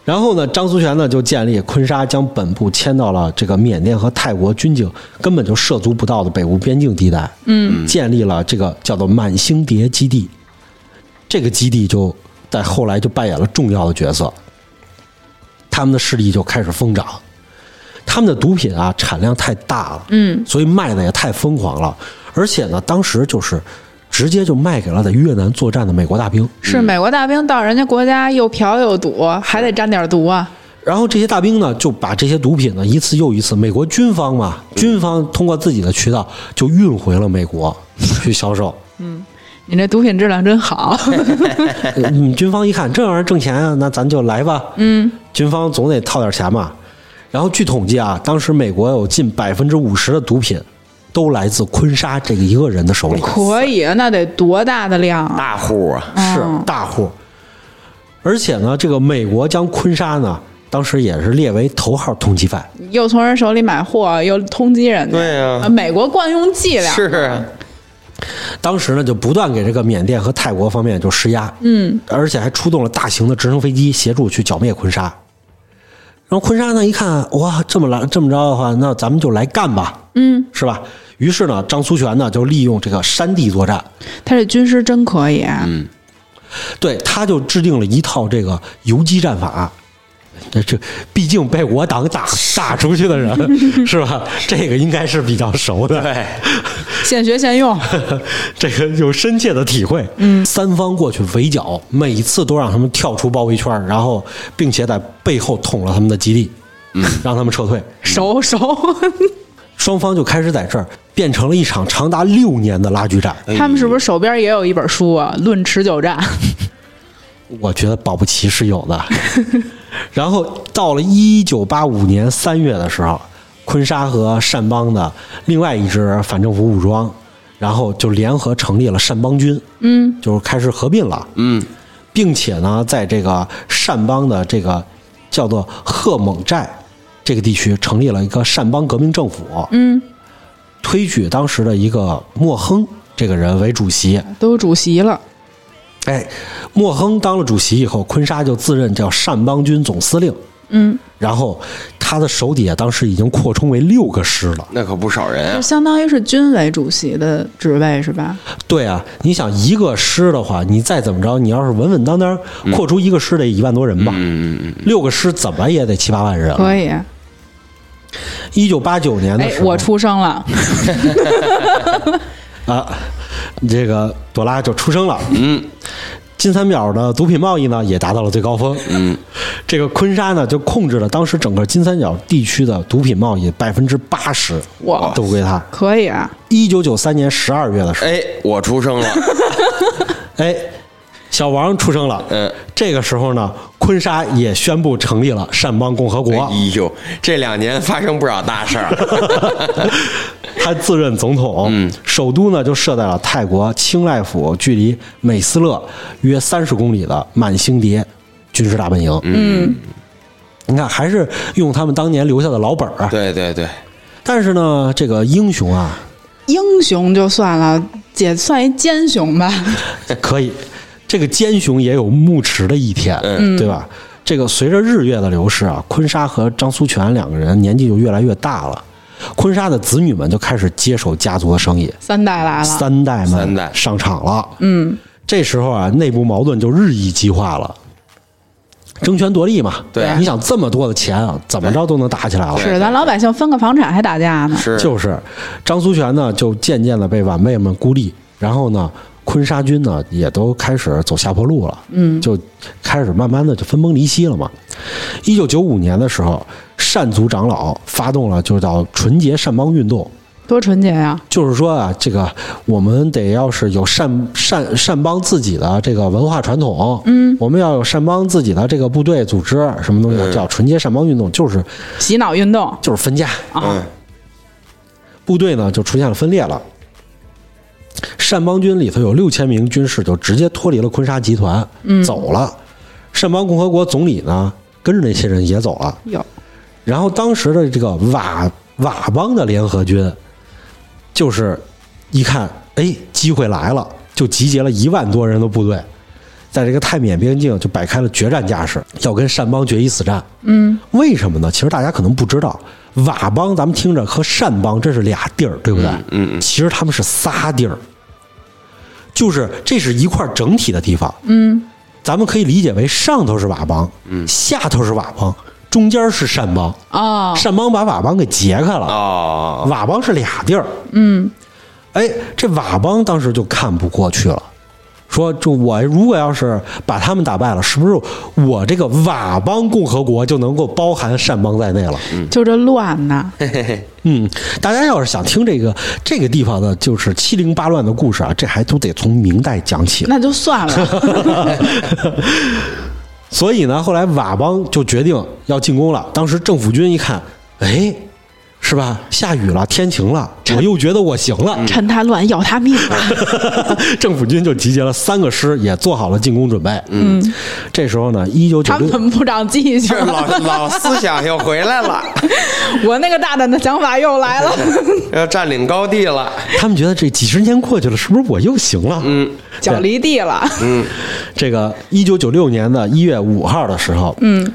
B: 然后呢，张苏全呢就建立坤沙，将本部迁到了这个缅甸和泰国军警根本就涉足不到的北部边境地带。嗯，建立了这个叫做满星蝶基地，这个基地就在后来就扮演了重要的角色，他们的势力就开始疯长。他们的毒品啊产量太大了，嗯，所以卖的也太疯狂了，而且呢，当时就是直接就卖给了在越南作战的美国大兵。
A: <laughs> 是美国大兵到人家国家又嫖又赌，还得沾点毒啊！
B: 然后这些大兵呢，就把这些毒品呢一次又一次，美国军方嘛，军方通过自己的渠道就运回了美国去销售。
A: 你这毒品质量真
B: <laughs>
A: 好，
B: 嗯，军方一看这玩意儿挣钱啊，那咱就来吧。嗯，军方总得套点钱嘛。然后据统计啊，当时美国有近百分之五十的毒品都来自坤沙这个一个人的手里，
A: 可以，那得多大的量啊！
C: 大户啊，
B: 是大户。而且呢，这个美国将坤沙呢，当时也是列为头号通缉犯。
A: 又从人手里买货，又通缉人家。
C: 对啊
A: 美国惯用伎俩。
C: 是啊，
B: 当时呢，就不断给这个缅甸和泰国方面就施压，嗯，而且还出动了大型的直升飞机协助去剿灭坤沙。然后坤沙呢一看，哇，这么来这么着的话，那咱们就来干吧，嗯，是吧？于是呢，张苏全呢就利用这个山地作战，
A: 他这军师真可以
B: 嗯
A: 啊！
B: 对，他就制定了一套这个游击战法。这这，毕竟被我党打打出去的 <laughs> 人是吧？这个应该是比较熟的。对，
A: 现学现用，
B: <laughs> 这个有深切的体会。嗯，三方过去围剿，每一次都让他们跳出包围圈，然后并且在背后捅了他们的基地，嗯，让他们撤退。
A: 熟熟。
B: 双方就开始在这儿变成了一场长达六年的拉锯战。
A: 他们是不是手边也有一本书啊？《论持久战》
B: 我觉得保不齐是有的。 <laughs> 然后到了一九八五年三月的时候，坤沙和善邦的另外一支反政府武装，然后就联合成立了善邦军，嗯，就是开始合并了，嗯，并且呢，在这个善邦的这个叫做赫猛寨这个地区成立了一个善邦革命政府，
A: 嗯，
B: 推举当时的一个莫亨这个人为主席。
A: <laughs> 都有主席了，
B: 哎，莫亨当了主席以后，坤沙就自任叫善邦军总司令。
A: 嗯，
B: 然后他的手底下当时已经扩充为六个师了。
C: 那可不少人
A: 就
C: 啊。
A: 相当于是军委主席的职位是吧？
B: 对啊，你想一个师的话，你再怎么着，你要是稳稳当当扩出一个师得一万多人吧，
C: 嗯嗯嗯，
B: 六个师怎么也得七八万人。
A: 可以，
B: 一九八九年的
A: 哎
B: 时，候，
A: 我出生了，
B: 啊，这个朵拉就出生了。嗯，金三角的毒品贸易呢也达到了最高峰。嗯，这个坤沙呢就控制了当时整个金三角地区的毒品贸易百分之八十，
A: 哇
B: 都归他。
A: <laughs> 可以啊，
B: 一九九三年十二月的时候，
C: 哎，我出生
B: <laughs>
C: 了，
B: 哎，小王出生了。
C: 嗯，
B: 这个时候呢，坤沙也宣布成立了善邦共和国。
C: 哎呦，这两年发生不少大
B: <laughs>
C: 事儿。
B: 他自任总统，首都呢就设在了泰国清莱府距离美斯勒约三十公里的满星迭军事大本营。嗯，你看还是用他们当年留下的老本儿啊。
C: 对对对，
B: 但是呢，这个英雄啊，
A: 英雄就算了，也算一奸雄吧， <laughs>
B: 可以，这个奸雄也有慕迟的一天，对吧？这个随着日月的流逝啊，坤沙和张苏全两个人年纪就越来越大了，坤沙的子女们就开始接手家族的生意，
A: 三代来了，
B: 三代
C: 三
B: 们
C: 代
B: 上场了。嗯，这时候啊，内部矛盾就日益激化了，争权夺利嘛。
C: 对
B: 你想这么多的钱啊，怎么着都能打起来了。啊
A: 是咱老百姓分个房产还打架呢，
C: 是
B: <laughs> 就是张苏全呢，就渐渐的被晚辈们孤立，然后呢，坤沙军呢也都开始走下坡路了，嗯，就开始慢慢的就分崩离析了嘛。一九九五年的时候，善族长老发动了就叫纯洁善邦运动，
A: 多纯洁呀、
B: 就是说啊，这个我们得要是有善善善邦自己的这个文化传统，嗯，我们要有善邦自己的这个部队组织，什么东西叫纯洁善邦运动，就是
A: 洗脑运动
B: 就是分家，
C: 嗯
A: 啊，
B: 部队呢就出现了分裂了。善邦军里头有六千名军士就直接脱离了坤沙集团，走了。善邦共和国总理呢跟着那些人也走了。
A: 有
B: 然后当时的这个佤佤邦的联合军，就是一看，哎，机会来了，就集结了一万多人的部队，在这个泰缅边境就摆开了决战架势，要跟善邦决一死战。嗯，为什么呢？其实大家可能不知道，佤邦咱们听着和善邦这是俩地儿，对不对？
C: 嗯嗯
B: 其实他们是仨地儿，就是这是一块整体的地方。
C: 嗯
B: 咱们可以理解为上头是佤邦，嗯，下头是佤邦，中间是善邦，
A: 哦，
B: 善邦把佤邦给截开了，
C: 哦，
B: 佤邦是俩地儿，嗯，哎，这佤邦当时就看不过去了，说这我如果要是把他们打败了，是不是我这个佤邦共和国就能够包含善邦在内了？
A: 就这乱呐，
B: 嗯，大家要是想听这个这个地方的，就是七零八乱的故事啊，这还都得从明代讲起了。
A: 那就算了， <laughs>
B: 所以呢，后来佤邦就决定要进攻了。当时政府军一看，哎，是吧？下雨了，天晴了，我又觉得我行了。
A: 趁他乱要他命 <laughs> 啊！
B: <laughs> 政府军就集结了三个师，也做好了进攻准备。嗯，这时候呢，一九九
A: 他们怎
B: 六，
A: 么不长记性
C: 这？老
A: <laughs>
C: 老思想又回来了，
A: 我那个大胆的想法又来了，
C: <laughs> 要占领高地了。
B: 他们觉得这几十年过去了，是不是我又行了？嗯，
A: 脚离地了，
C: 嗯
B: 这个一九九六年的一月五号的时候，
A: 嗯，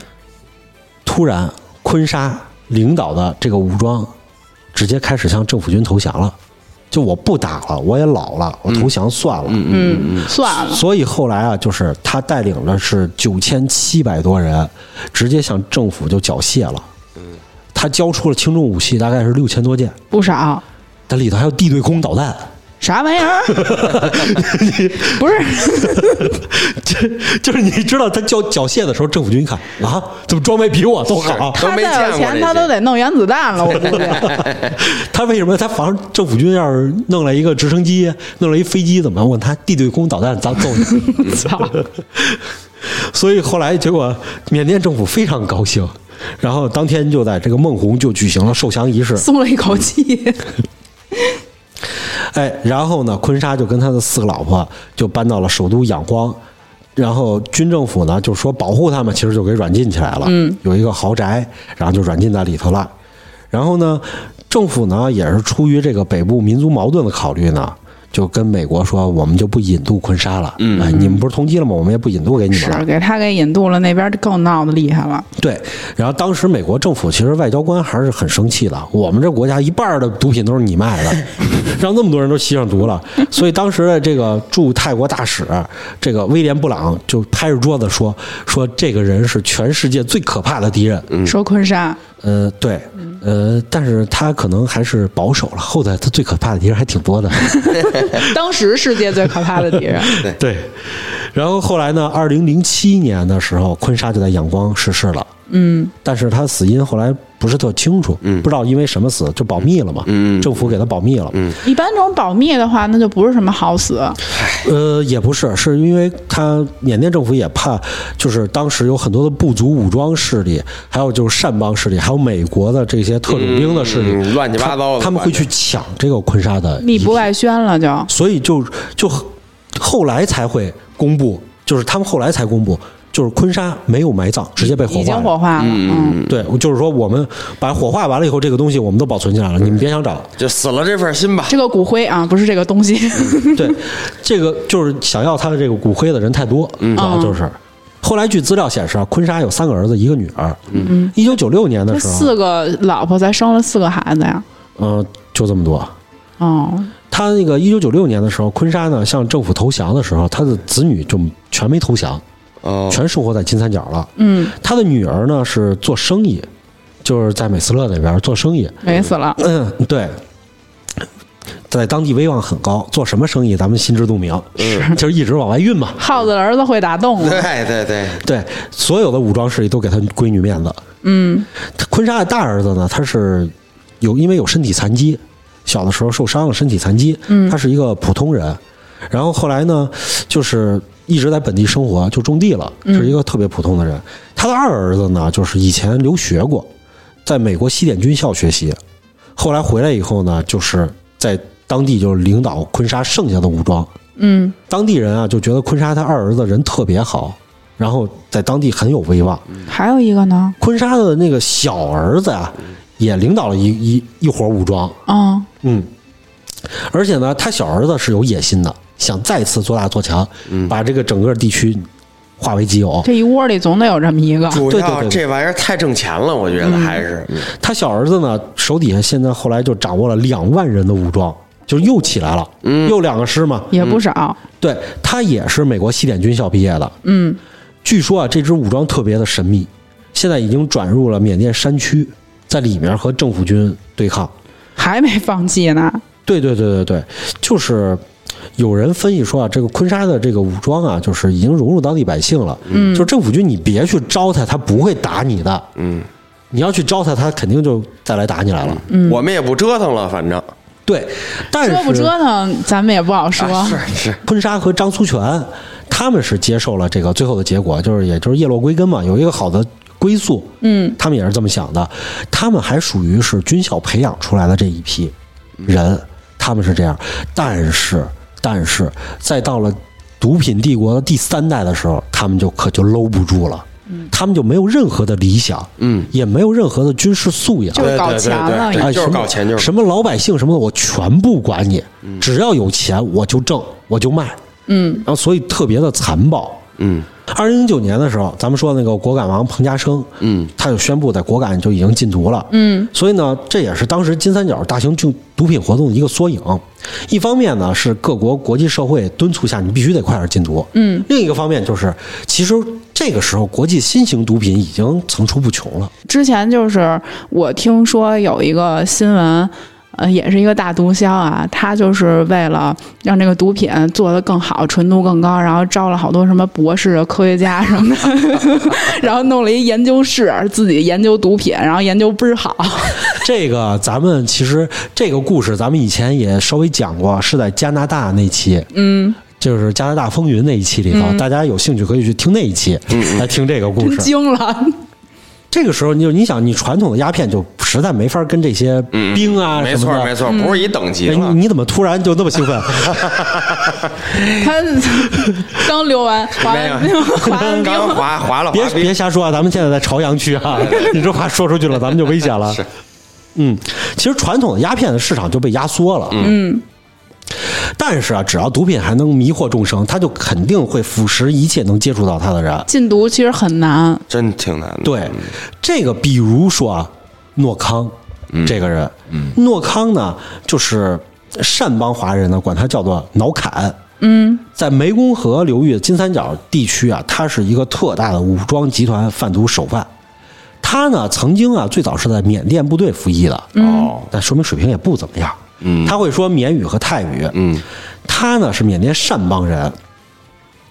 B: 突然坤沙领导的这个武装直接开始向政府军投降了。就我不打了，我也老了，我投降算了。嗯
A: 嗯，算了，
B: 所以后来啊，就是他带领的是九千七百多人，直接向政府就缴械了。他交出了轻重武器，大概是六千多件，
A: 不少，
B: 但里头还有地对空导弹。
A: 啥玩意
C: <laughs>
A: 儿？不是，
B: 这就是你知道，他缴缴械的时候，政府军一看啊，怎么装备比我都好？
C: 都
A: 他
C: 没
A: 再有
C: 见过
A: 钱，
C: 这
A: 他
C: 些
A: 都得弄原子弹了，我估计。
B: 他为什么他防政府军要是弄了一个直升机，弄了一飞机怎么办？问他地对空导弹，咱揍
C: 嗯
B: 你！操！所以后来结果缅甸政府非常高兴，然后当天就在这个孟红就举行了受降仪式。
A: 松了一口气，
B: 哎，然后呢，坤沙就跟他的四个老婆就搬到了首都仰光，然后军政府呢，就说保护他们，其实就给软禁起来了。嗯，有一个豪宅，然后就软禁在里头了。然后呢，政府呢也是出于这个北部民族矛盾的考虑呢，就跟美国说，我们就不引渡昆沙了。嗯，哎，你们不是通缉了吗？我们也不引渡给你们了
A: 是。给他给引渡了，那边更闹得厉害了。
B: 对，然后当时美国政府其实外交官还是很生气的，我们这国家一半儿的毒品都是你卖的， <laughs> 让那么多人都吸上毒了，所以当时的这个驻泰国大使这个威廉布朗就拍着桌子说说这个人是全世界最可怕的敌人，
C: 嗯
A: 说昆沙，
B: 呃，对，呃，但是他可能还是保守了，后来他最可怕的敌人还挺多的。
A: 当时世界最可怕的敌
C: <laughs>
A: 人，
B: 对，然后后来呢？二零零七年的时候，昆沙就在仰光逝世了。嗯，但是他死因后来不是特清楚，嗯，不知道因为什么死，就保密了嘛。嗯，政府给他保密了。嗯，
A: 一般这种保密的话，那就不是什么好死。
B: 呃，也不是，是因为他缅甸政府也怕，就是当时有很多的部族武装势力，还有就是善邦势力，还有美国的这些特种兵的势力，
C: 嗯嗯乱七八糟的
B: 他，他们会去抢这个昆沙的
A: 密
B: 遗
A: 不
B: 体
A: 外宣了就，
B: 所以就就后来才会公布，就是他们后来才公布，就是昆沙没有埋葬，直接被火
A: 已经
B: 化
A: 火
B: 了。
A: 化了。嗯，
B: 对，就是说我们把火化完了以后，这个东西我们都保存起来了，
A: 嗯
B: 你们别
A: <laughs>
B: 想找。
C: 就死了这份心吧。
A: 这个骨灰啊，不是这个东西。
C: 嗯
B: 对，这个就是想要他的这个骨灰的人太多，
A: 嗯
B: 主要就是。后来据资料显示啊，昆沙有三个儿子，一个女儿。嗯，一九九六年的
A: 他
B: 时候，
A: 四个老婆才生了四个孩子呀。
B: 嗯、就这么多。
A: 哦，
B: 他那个一九九六年的时候，昆沙呢向政府投降的时候，他的子女就全没投降，
C: 哦，
B: 全生活在金三角了。
A: 嗯，
B: 他的女儿呢是做生意，就是在美斯乐那边做生意。
A: 美死了。
B: 嗯，对，在当地威望很高，做什么生意咱们心知肚明，是 <laughs> 就是一直往外运嘛。
A: 耗子的儿子会打洞啊了。
C: 对对对，
B: 对，所有的武装势力都给他闺女面子。
A: 嗯，
B: 他昆沙的大儿子呢，他是有因为有身体残疾，小的时候受伤了，身体残疾，他是一个普通人。然后后来呢，就是一直在本地生活，就种地了，是一个特别普通的人。他的二儿子呢，就是以前留学过，在美国西点军校学习，后来回来以后呢，就是在当地就领导昆沙剩下的武装。
A: 嗯，
B: 当地人啊就觉得昆沙他二儿子人特别好，然后在当地很有威望。
A: 还有一个呢。
B: 昆沙的那个小儿子啊，也领导了一一一伙武装，
A: 嗯，
B: 嗯，而且呢，他小儿子是有野心的，想再次做大做强，把这个整个地区化为己有。
A: 这一窝里总得有这么一个。
C: 主
B: 对对
C: 要
B: 对嗯
C: 这玩意儿太挣钱了，我觉得还是
B: 他小儿子呢，手底下现在后来就掌握了两万人的武装，就又起来了，又两个师嘛。
A: 也不少，
B: 对他也是美国西点军校毕业的，
A: 嗯，
B: 据说啊，这支武装特别的神秘，现在已经转入了缅甸山区，在里面和政府军对抗。
A: 还没放弃呢。
B: 对对对对对，就是有人分析说啊，这个昆沙的这个武装啊，就是已经融入当地百姓了。嗯，就是政府军你别去招他，他不会打你的。
C: 嗯，
B: 你要去招他，他肯定就再来打你来了。
C: 我们也不折腾了，反正
B: 对，但是
A: 折不折腾，咱们也不好说。 <laughs>
C: 是
B: 昆沙和张苏全他们是接受了这个最后的结果，就是也就是叶落归根嘛，有一个好的归宿。嗯，他们也是这么想的。他们还属于是军校培养出来的这一批人，他们是这样。但是，但是再到了毒品帝国的第三代的时候，他们就可就搂不住了。他们就没有任何的理想，嗯，也没有任何的军事素养，
A: 就是搞钱了
C: 对对对
B: 哎，
C: 对就是
B: 什么
C: 搞钱，就是嗯
B: 什么老百姓什么的，我全不管你，只要有钱我就挣，我就卖，嗯，然后所以特别的残暴。
C: 嗯
B: 二零零九年的时候，咱们说那个果敢王彭家声，
C: 嗯，
B: 他就宣布在果敢就已经禁毒了，嗯，所以呢，这也是当时金三角大型就毒品活动的一个缩影。一方面呢是各国国际社会敦促下，你必须得快点禁毒，嗯，另一个方面就是，其实这个时候国际新型毒品已经层出不穷了，
A: 之前就是我听说有一个新闻，呃，也是一个大毒枭啊，他就是为了让这个毒品做得更好，纯度更高，然后招了好多什么博士、科学家什么的， <laughs> 然后弄了一研究室，自己研究毒品，然后研究倍儿好。
B: <laughs> 这个咱们其实这个故事，咱们以前也稍微讲过，是在加拿大那期，嗯，就是加拿大风云那一期里头，大家有兴趣可以去听那一
C: 嗯
B: 期，来听这个故
A: 真
B: 事。
A: 惊了，
B: 这个时候，你就你想，你传统的鸦片就实在没法跟这些兵啊
C: 嗯没
B: 什
C: 错
B: 么的。
C: 没
A: 嗯
C: 错，不是一等级
B: 哎
C: 了
B: 你。你怎么突然就那么兴奋？
A: 他刚溜完滑
C: <laughs> 没有
A: <laughs> 完滑完冰，
C: 刚滑滑了
B: <laughs>
C: <laughs>
B: 别
C: 滑
B: 别
C: 冰，
B: 瞎说啊！咱们现在在朝阳区啊，你这话说出去了，咱们就危险了。
C: 是，
B: 嗯，其实传统的鸦片的市场就被压缩了。嗯，但是啊，只要毒品还能迷惑众生，他就肯定会腐蚀一切能接触到他的人。
A: 禁毒其实很难，
C: 真挺难的。
B: 对，这个比如说啊，诺康这个人，诺康呢，就是善邦华人呢，管他叫做脑坎。嗯，在湄公河流域金三角地区啊，他是一个特大的武装集团贩毒首犯。他呢，曾经啊，最早是在缅甸部队服役的，
C: 哦，
B: 但说明水平也不怎么样。嗯，他会说缅语和泰语。
C: 嗯，
B: 他呢是缅甸善邦人，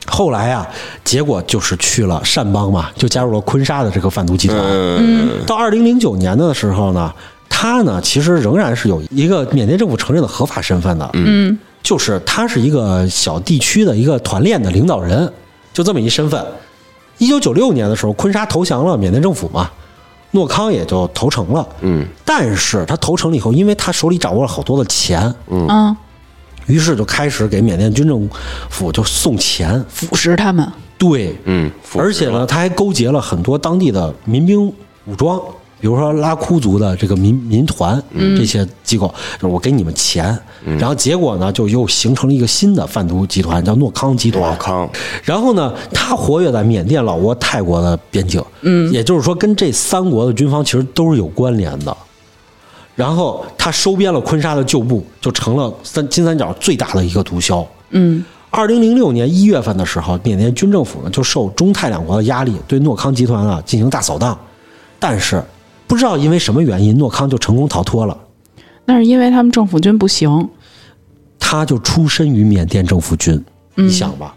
B: 后来啊，结果就是去了善邦嘛，就加入了坤沙的这个贩毒集团。
C: 嗯，
B: 到二零零九年的时候呢，他呢其实仍然是有一个缅甸政府承认的合法身份的，嗯，就是他是一个小地区的一个团练的领导人，就这么一身份。一九九六年的时候，坤沙投降了缅甸政府嘛，诺康也就投诚了，嗯，但是他投诚了以后，因为他手里掌握了好多的钱，
A: 嗯，
B: 于是就开始给缅甸军政府就送钱，
A: 腐蚀他们，
B: 对，
C: 嗯，服
B: 而且呢，他还勾结了很多当地的民兵武装，比如说拉祜族的这个民民团这些机构，就是我给你们钱，然后结果呢，就又形成了一个新的贩毒集团，叫诺康集团
C: 老。康，
B: 然后呢，他活跃在缅甸、老挝、泰国的边境，嗯，也就是说，跟这三国的军方其实都是有关联的。然后他收编了坤沙的旧部，就成了三金三角最大的一个毒枭。
A: 嗯，
B: 二零零六年一月份的时候，缅甸军政府呢就受中泰两国的压力，对诺康集团啊进行大扫荡，但是不知道因为什么原因，诺康就成功逃脱了。
A: 那是因为他们政府军不行，
B: 他就出身于缅甸政府军，你想吧。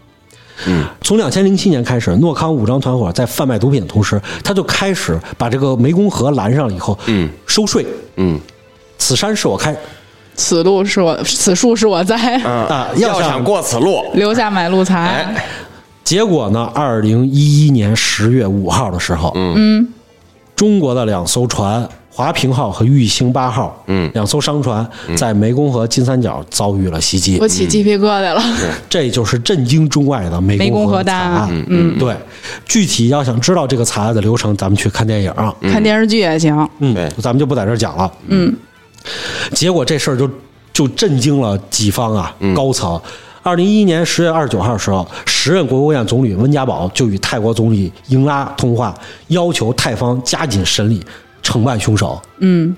B: 嗯，从两千零七年开始，诺康武装团伙在贩卖毒品的同时，他就开始把这个湄公河拦上了以后，嗯，收税，
C: 嗯，
B: 此山是我开
A: 此路是我，此树是我栽，
C: 嗯
B: 啊，
C: 要
B: 想
C: 想过此路，
A: 留下买路财，
C: 哎，
B: 结果呢，二零一一年十月五号的时候，嗯，中国的两艘船“华平号”和“玉兴八号”，嗯，两艘商船在湄公河金三角遭遇了袭击
A: 我，起鸡皮疙瘩了，
B: 这就是震惊中外的湄
A: 湄公河
B: 河
A: 大
B: 惨
A: 案
B: 案。嗯，对，具体要想知道这个惨案的流程，咱们去看电影啊。
A: 看电视剧也行，
B: 嗯
C: 对，
B: 咱们就不在这儿讲了。嗯，结果这事儿就就震惊了己方啊，高层。二零一一年十月二十九号的时候，时任国务院总理温家宝就与泰国总理英拉通话，要求泰方加紧审理惩办凶手。
A: 嗯，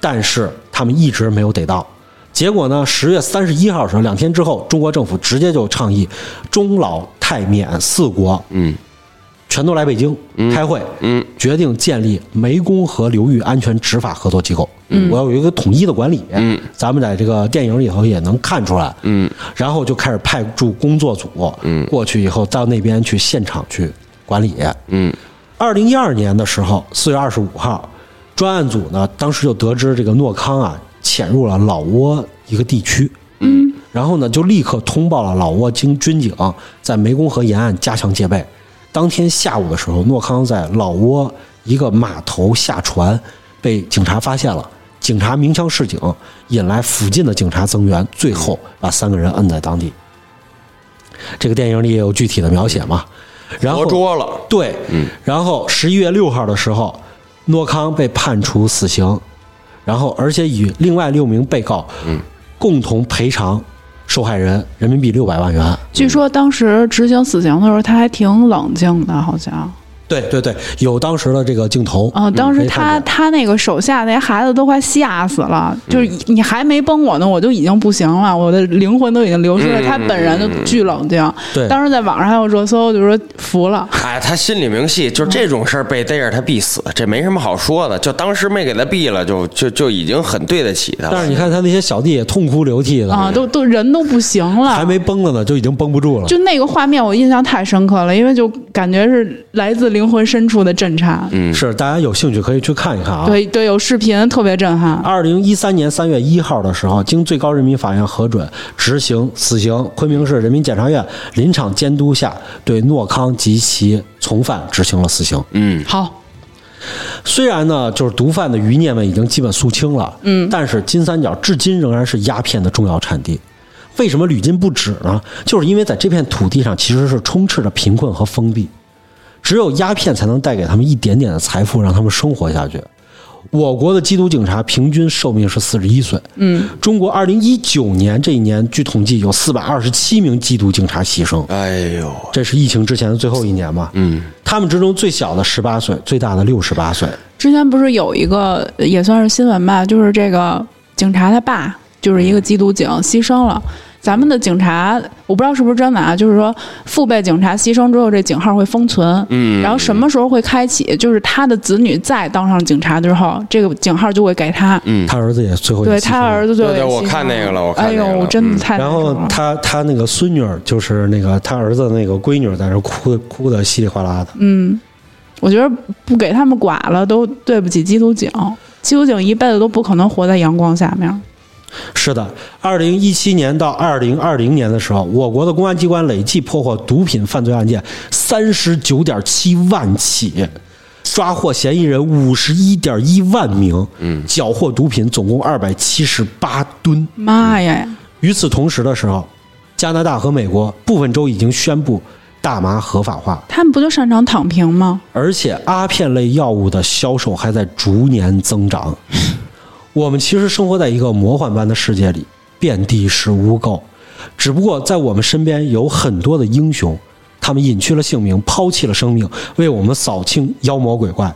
B: 但是他们一直没有逮到。结果呢，十月三十一号的时候，两天之后，中国政府直接就倡议中老泰缅四国
C: 嗯
B: 全都来北京开会，
C: 嗯，
B: 决定建立湄公河流域安全执法合作机构。嗯，我要有一个统一的管理。嗯，咱们在这个电影里头也能看出来。嗯，然后就开始派驻工作组，嗯，过去以后到那边去现场去管理。
C: 嗯，
B: 二零一二年的时候，四月二十五号，专案组呢当时就得知这个诺康啊潜入了老挝一个地区。嗯，然后呢就立刻通报了老挝军军警在湄公河沿岸加强戒备。当天下午的时候，诺康在老挝一个码头下船，被警察发现了。警察鸣枪示警，引来附近的警察增援，最后把三个人摁在当地。这个电影里也有具体的描写嘛。然后
C: 活捉了，
B: 对，然后十一月六号的时候，诺康被判处死刑，然后而且与另外六名被告，共同赔偿受害人人民币六百万元。
A: 据说当时执行死刑的时候，他还挺冷静的，好像。
B: 对对对，嗯有当时的这个镜头
A: 啊、当时
B: 可以看嗯
A: 他
B: 见
A: 他那个手下那孩子都快吓死了，就是你还没崩我呢，我就已经不行了，我的灵魂都已经流失了。
C: 嗯
A: 他本人就巨冷静，
B: 对
A: 当时在网上还有热搜，就说服了，
C: 哎，他心里明细，就这种事儿被逮着他必死，这没什么好说的。就当时没给他毙了，就就就已经很对得起他
B: 但
C: 了。
B: 是你看他那些小弟也痛哭流涕的，
A: 啊、都都人都不行了，
B: 还没崩了呢，就已经绷不住了。
A: 就那个画面我印象太深刻了，因为就感觉是来自灵魂深处的震颤，
B: 是，大家有兴趣可以去看一看啊。
A: 对对，有视频特别震撼，
B: 二零一三年三月一号的时候，经最高人民法院核准执行死刑，昆明市人民检察院临场监督下，对诺康及其从犯执行了死刑。
C: 嗯，
A: 好，
B: 虽然呢，就是毒贩的余孽们已经基本肃清了，嗯，但是金三角至今仍然是鸦片的重要产地。为什么屡禁不止呢？就是因为在这片土地上其实是充斥着贫困和封闭，只有鸦片才能带给他们一点点的财富，让他们生活下去。我国的缉毒警察平均寿命是四十一岁。嗯，中国二零一九年这一年，据统计有四百二十七名缉毒警察牺牲，
C: 哎呦，
B: 这是疫情之前的最后一年嘛？嗯，他们之中最小的十八岁，最大的六十八岁。
A: 之前不是有一个呃也算是新闻吧，就是这个警察他爸就是一个缉毒警牺牲了。咱们的警察，我不知道是不是真的啊，就是说父辈警察牺牲之后，这警号会封存，嗯，然后什么时候会开启？就是他的子女再当上警察之后，这个警号就会给他，嗯，
B: 他儿子也最后也
A: 对
B: 牺牲
A: 他
B: 了
A: 儿子就
C: 对对
A: 也
C: 我
A: 牺牲
C: 看那个了我看
A: 哎
C: 那个
A: 呦
C: 了，
A: 真的
C: 嗯
A: 太难
B: 然
A: 受
B: 后
A: 了
B: 他他那个孙女儿，就是那个他儿子那个闺女儿，在那哭哭的稀里哗啦的。
A: 嗯我觉得不给他们剐了，都对不起缉毒警。缉毒警一辈子都不可能活在阳光下面。
B: 是的，二零一七年到二零二零年的时候，我国的公安机关累计破获毒品犯罪案件三十九点七万起，抓获嫌疑人五十一点一万名，嗯，缴获毒品总共二百七十八吨。
A: 妈呀呀！
B: 与此同时的时候，加拿大和美国部分州已经宣布大麻合法化。
A: 他们不就擅长躺平吗？
B: 而且阿片类药物的销售还在逐年增长。我们其实生活在一个魔幻般的世界里，遍地是污垢，只不过在我们身边有很多的英雄，他们隐去了姓名，抛弃了生命，为我们扫清妖魔鬼怪，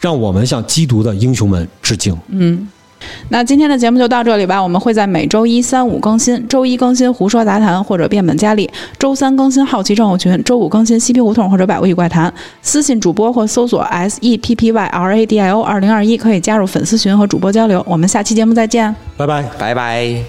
B: 让我们向缉毒的英雄们致敬。
A: 那今天的节目就到这里吧，我们会在每周一、三、五更新，周一更新《胡说杂谈》或者变本加厉，周三更新《好奇症候群》，周五更新《嬉皮胡同》或者《百物语怪谈》。私信主播或搜索 S E P P Y R A D I O 二零二一，可以加入粉丝群和主播交流。我们下期节目再见。
B: 拜拜。
C: 拜拜。